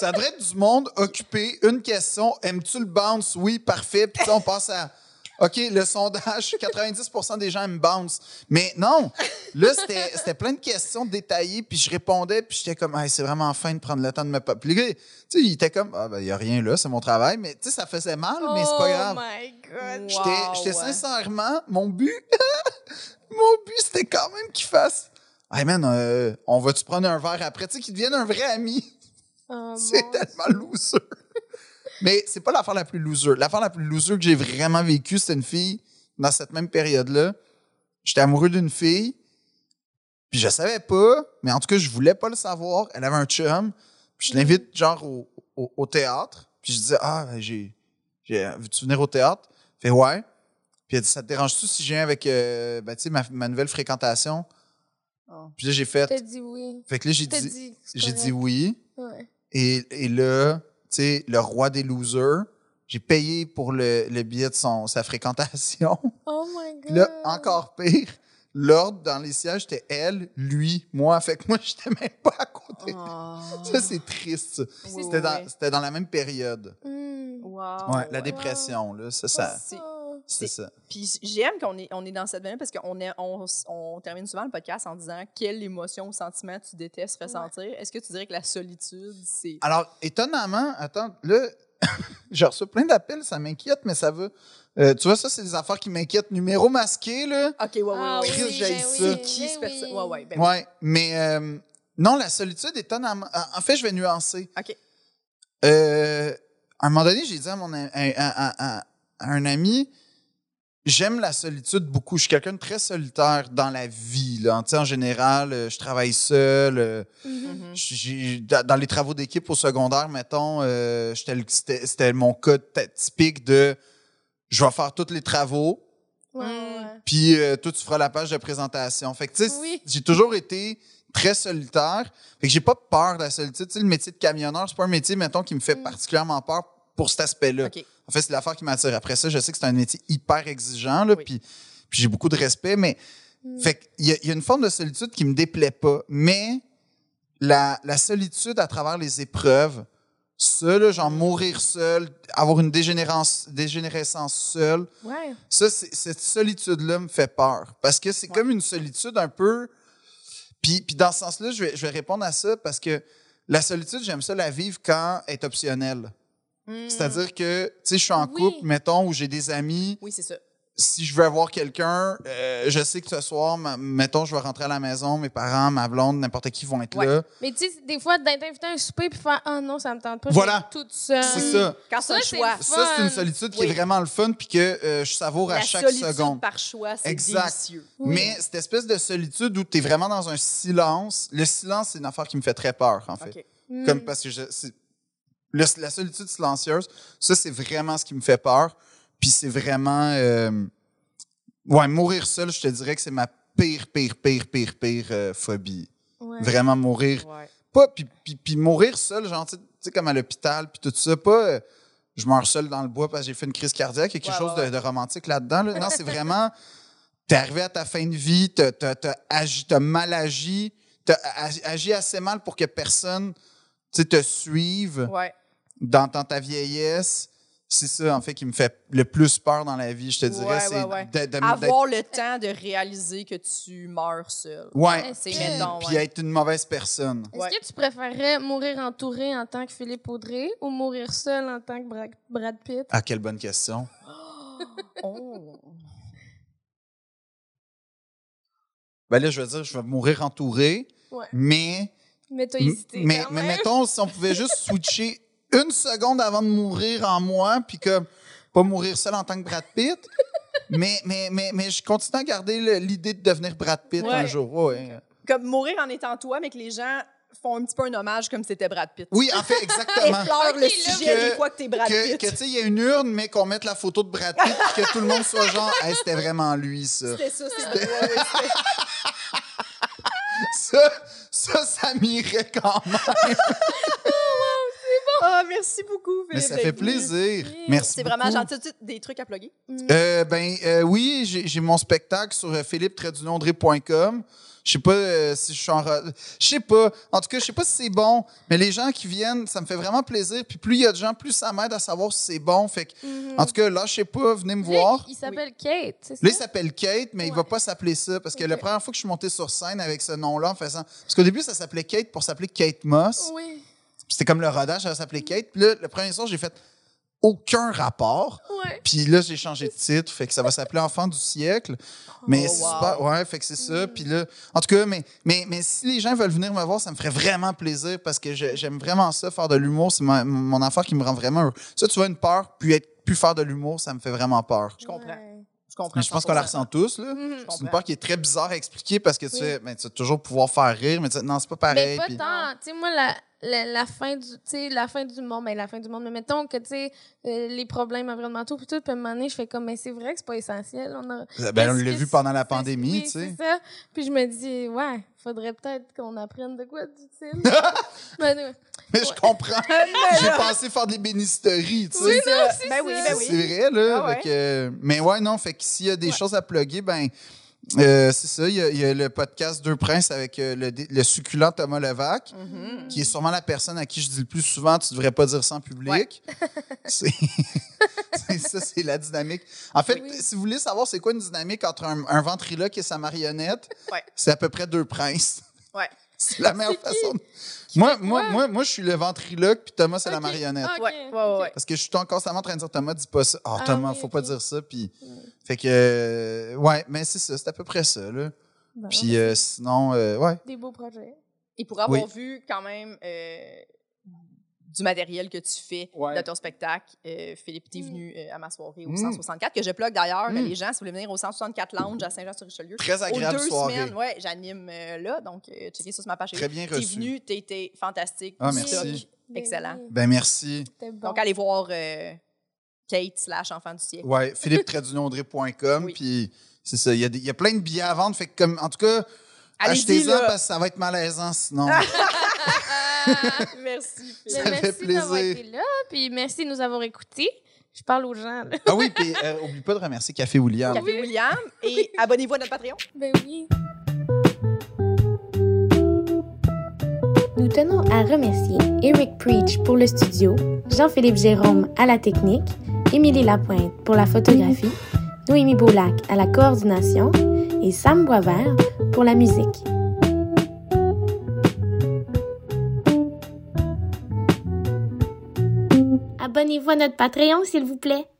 Ça devrait être du monde occupé. Une question. Aimes-tu le bounce? Oui, parfait. Puis tu sais, on passe à. OK, le sondage, 90 des gens aiment bounce. Mais non! Là, c'était c'était plein de questions détaillées, puis je répondais, puis j'étais comme, Hey, c'est vraiment fin de prendre le temps de me. pa- Puis le gars, tu sais, il était comme, ah, ben, il n'y a rien là, c'est mon travail, mais tu sais, ça faisait mal, mais c'est pas grave.
Oh my God.
J'étais
Wow.
j'étais sincèrement, mon but, mon but, c'était quand même qu'il fasse. Hey man, euh, on va-tu prendre un verre après? Tu sais, qu'il devienne un vrai ami.
Oh,
C'est
mon-
tellement loser. Mais c'est pas l'affaire la plus loser. L'affaire la plus loser que j'ai vraiment vécue, c'était une fille dans cette même période-là. J'étais amoureux d'une fille, puis je savais pas, mais en tout cas, je voulais pas le savoir. Elle avait un chum, puis
Mm-hmm.
je l'invite genre au, au- au théâtre, puis je dis Ah, ben, j'ai. j'ai Veux-tu venir au théâtre? Fait ouais. Puis elle dit Ça te dérange-tu si je viens avec euh, ben, tu sais, ma, ma nouvelle fréquentation?
Oh.
Puis là, j'ai fait.
T'as dit oui.
Fait que là, j'ai
T'as
dit,
dit. c'est
j'ai
correct.
dit oui.
Ouais.
Et, et là, tu sais, le roi des losers, j'ai payé pour le, le billet de son, sa fréquentation.
Oh my God.
Puis Là, encore pire, l'ordre dans les sièges, c'était elle, lui, moi. Fait que moi, j'étais même pas à côté.
Oh.
Ça, c'est triste. ça.
Oui,
C'était
oui,
dans,
oui.
c'était dans la même période.
Hmm.
Wow.
Ouais, la dépression, là, c'est ça.
C'est-
Oh.
C'est ça.
Puis j'aime qu'on est, on est dans cette veine parce qu'on est- on, on termine souvent le podcast en disant quelle émotion ou sentiment tu détestes ressentir. Est-ce que tu dirais que la solitude, c'est.
Ah.
Alors, étonnamment, attends, là, j'ai reçu plein d'appels, ça m'inquiète, mais ça va. Euh, tu vois, ça, c'est des affaires qui m'inquiètent. Numéro masqué, là.
Ok, ouais, ouais,
Ah
ouais.
Chris,
oui,
j'haïs
ben
ça.
oui,
Qui
ben
se perso-
oui.
Ouais, ouais. ben oui.
Ouais, mais euh, non, la solitude est étonnamment. En- En fait, je vais nuancer.
OK.
Euh, à un moment donné, j'ai dit à, mon, am- à- à- à- à un ami J'aime la solitude beaucoup. Je suis quelqu'un de très solitaire dans la vie. Là. En, tu sais, en général, euh, je travaille seul. euh,
Mhm.
Mhm.
j'ai- dans dans les travaux d'équipe au secondaire, mettons, euh, j'étais le- c'était c'était mon cas t- typique de je vais faire tous les travaux,
Ouais,
Mm.
ouais.
puis euh, toi, tu feras la page de présentation. Fait que, tu sais,
Oui.
j'ai toujours été très solitaire. Fait que j'ai pas peur de la solitude. Tu sais, le métier de camionneur, c'est pas un métier, mettons, qui me fait
Mm.
particulièrement peur pour cet aspect-là.
Ok.
En fait, c'est l'affaire qui m'attire. Après ça, je sais que c'est un métier hyper exigeant, là,
Oui.
puis, puis j'ai beaucoup de respect, mais
Mm.
fait qu'il y, a- il y a une forme de solitude qui me déplaît pas. Mais la, la solitude à travers les épreuves, ça, là, genre mourir seul, avoir une dégénérance- dégénérescence seule,
Ouais.
ça, c'est- cette solitude-là me fait peur. Parce que c'est comme une solitude un peu. Puis, puis dans ce sens-là, je vais, je vais répondre à ça parce que la solitude, j'aime ça la vivre quand elle est optionnelle.
Hmm. Mm.
C'est-à-dire que, tu sais, je suis en
Oui.
couple, mettons, où j'ai des amis.
Oui, c'est ça.
Euh,
Si je veux avoir quelqu'un, euh, je sais que ce soir, ma- mettons, je vais rentrer à la maison, mes parents, ma blonde, n'importe qui vont être
Ouais.
là.
Mais tu sais, des fois, d'être invité à un souper puis faire Ah non, ça me tente pas,
Voilà.
je vais être toute seule.
C'est ça.
Quand c'est
Ça,
un
c'est
choix.
le
Ça, c'est une
Fun.
solitude qui
Oui.
est vraiment le fun, puis que euh, je savoure à
La
chaque
solitude
seconde.
par choix, c'est
Exact.
délicieux.
Oui.
Mais cette espèce de solitude où tu es vraiment dans un silence, le silence, c'est une affaire qui me fait très peur, en fait.
OK.
Mm.
Comme parce que je- c'est- le- la solitude silencieuse, ça, c'est vraiment ce qui me fait peur. Puis c'est vraiment. euh, ouais, mourir seul, je te dirais que c'est ma pire, pire, pire, pire, pire euh, phobie.
Ouais.
Vraiment mourir.
Ouais.
Pas, puis, puis- puis mourir seul, genre, tu sais- tu sais, comme à l'hôpital, puis tout ça. Pas. euh, je meurs seul dans le bois parce que j'ai fait une crise cardiaque. Il y a quelque
Ouais,
chose
ouais,
de, de romantique là-dedans. là. Non, c'est vraiment. T'es arrivé à ta fin de vie, t'as t'as- t'as agi- t'as mal agi, t'as a- agi assez mal pour que personne tu sais, te suive
Ouais.
dans, dans ta vieillesse. C'est ça, en fait, qui me fait le plus peur dans la vie, je te dirais.
Ouais,
c'est
ouais, ouais.
de- de- d'être-
Avoir le temps de réaliser que tu meurs seul.
Ouais,
C'est
puis,
mettons,
puis
ouais.
être une mauvaise personne.
Est-ce que tu préférais mourir entouré en tant que Philippe Audrey ou mourir seul en tant que Bra- Brad Pitt?
Ah, quelle bonne question.
Oh.
Ben là, je veux dire, je vais mourir entouré,
Ouais.
mais
Mais t'as
M-
hésité.
Mais,
quand
mais
même.
mettons, si on pouvait juste switcher une seconde avant de mourir en moi, puis comme pas mourir seul en tant que Brad Pitt, mais, mais, mais, mais je continue à garder le- l'idée de devenir Brad Pitt un
Ouais.
jour. Ouais.
Comme mourir en étant toi, mais que les gens font un petit peu un hommage comme c'était Brad Pitt.
Oui, en fait, exactement.
Effleure le
Ok, là,
sujet
que-
des fois que t'es Brad
Que,
Pitt.
que, tu sais, il y a une urne, mais qu'on mette la photo de Brad Pitt, puis que tout le monde soit genre, Hey, c'était vraiment lui, ça.
C'était ça, c'est ouais, ouais, c'était-
Ça, ça, ça m'irait quand même.
Ah, merci beaucoup, Philippe.
Mais ça fait
d'être
plaisir.
Oui.
venu.
Merci.
C'est vraiment
beaucoup.
gentil. Tu as des trucs à plugger?
Mmh.
Euh, ben euh, oui, j'ai j'ai mon spectacle sur euh, philippe-audrey.com. Je sais pas euh, si je suis en re- je sais pas. En tout cas, je sais pas si c'est bon, mais les gens qui viennent, ça me fait vraiment plaisir. Puis plus il y a de gens, plus ça m'aide à savoir si c'est bon. Fait que,
Mhm.
en tout cas, là, je sais pas, venez me
Lui,
voir.
Il s'appelle Kate, c'est ça?
Là, il s'appelle Kate, mais il va
Ouais.
pas s'appeler ça parce que
Ok.
la première fois que je suis monté sur scène avec ce nom-là, en faisant parce qu'au début ça s'appelait Kate pour s'appeler Kate Moss.
Oui.
Puis C'était comme le rodage, ça s'appelait Kate. Puis là, le premier soir, j'ai fait aucun rapport.
Ouais.
Puis là, j'ai changé de titre, fait que ça va s'appeler Enfant du siècle. Mais
Oh,
c'est
wow.
super, ouais, fait que c'est ça.
Mm.
Puis là, en tout cas, mais, mais, mais si les gens veulent venir me voir, ça me ferait vraiment plaisir parce que je- j'aime vraiment ça, faire de l'humour. C'est ma- mon affaire qui me rend vraiment heureux. Ça, tu vois, une peur, puis être plus faire de l'humour, ça me fait vraiment peur.
Je comprends.
Ouais.
Je comprends.
Mais je pense qu'on la
100%.
ressent tous,
Mhm.
là. C'est une
comprends.
peur qui est très bizarre à expliquer parce que tu,
Oui.
sais, ben, tu vas toujours pouvoir faire rire, mais tu sais, non, c'est pas
Mais
pareil.
pas
puis-
tant. Tu sais, moi, la, la, la fin du, tu sais, la fin du monde, mais la fin du monde, mais mettons que, tu sais, euh, les problèmes environnementaux, puis tout, puis à un moment donné, je fais comme, mais c'est vrai que c'est pas essentiel. On a...
Ben, on
Est-ce
l'a
que
vu
c'est-
pendant la
c'est-
pandémie,
oui,
tu sais.
c'est ça. Puis je me dis, ouais, faudrait peut-être qu'on apprenne de quoi d'utile. Ben, ouais.
Mais je comprends. J'ai pensé faire des bénisteries, tu sais.
Oui,
ça.
non, c'est
Ben oui,
ça.
ben oui.
C'est vrai, là.
Ah ouais.
Fait que- mais ouais, non, fait que s'il y a des
Ouais.
choses à plugger, ben. euh, c'est ça, il y, a, il y a le podcast Deux Princes avec euh, le, dé- le succulent Thomas Levac,
Mhm.
qui est sûrement la personne à qui je dis le plus souvent tu devrais pas dire ça en public. C'est c'est ça, c'est la dynamique. En fait,
Oui.
si vous voulez savoir c'est quoi une dynamique entre un, un ventriloque et sa marionnette,
Ouais.
c'est à peu près Deux Princes.
Ouais.
C'est la meilleure
C'est qui?
façon. de- Moi, moi,
quoi?
moi, moi, je suis le ventriloque, puis Thomas, c'est la
Ok.
marionnette.
Ok,
Ouais, ouais, ouais, ouais.
Parce que je suis constamment en train de dire Thomas, dis pas ça. Ah,
Ah
Thomas,
oui,
faut
ok.
pas dire ça. Puis,
Mm.
fait que, euh, ouais, mais c'est ça, c'est à peu près ça, là.
Ah,
Bon,
Puis euh, sinon, euh, ouais.
Des beaux projets.
Et pour avoir
Oui.
vu quand même euh, du matériel que tu fais
Ouais.
de ton spectacle, euh, Philippe, t'es
Mm.
venu euh, à ma soirée au
Mm.
164, que je plug d'ailleurs.
Mm.
Les gens, si vous voulez venir au 164 Lounge à Saint-Jean-sur-Richelieu,
Très
aux
agréable
deux
soirée.
semaines, ouais, j'anime euh, là. Donc, euh, checkez ça sur ma page.
Très bien
T'es
reçu.
venu, t'étais fantastique.
Ah,
du
merci.
stock.
Ben
Excellent.
oui,
Ben, merci.
c'était bon.
Donc, allez voir euh, Kate slash Enfant du siècle.
Ouais, philippe-audrey.com.
Oui.
Puis c'est ça, il y, a des- il y a plein de billets à vendre. Fait que, comme, en tout cas,
Allez-y,
achetez-en
là. Ah.
parce que ça va être malaisant sinon.
Ah!
Merci, Philippe.
Ben,
ça
merci
fait
d'avoir
plaisir.
été là, puis merci de nous avoir écoutés. Je parle aux gens. là.
ah oui, puis euh, oublie pas de remercier Café William.
Café William. Et abonnez-vous à notre Patreon.
Ben oui.
Nous tenons à remercier Eric Preach pour le studio, Jean-Philippe Jérôme à la technique, Émilie Lapointe pour la photographie, Noémie Boulac à la coordination et Sam Boisvert pour la musique. Abonnez-vous à notre Patreon, s'il vous plaît.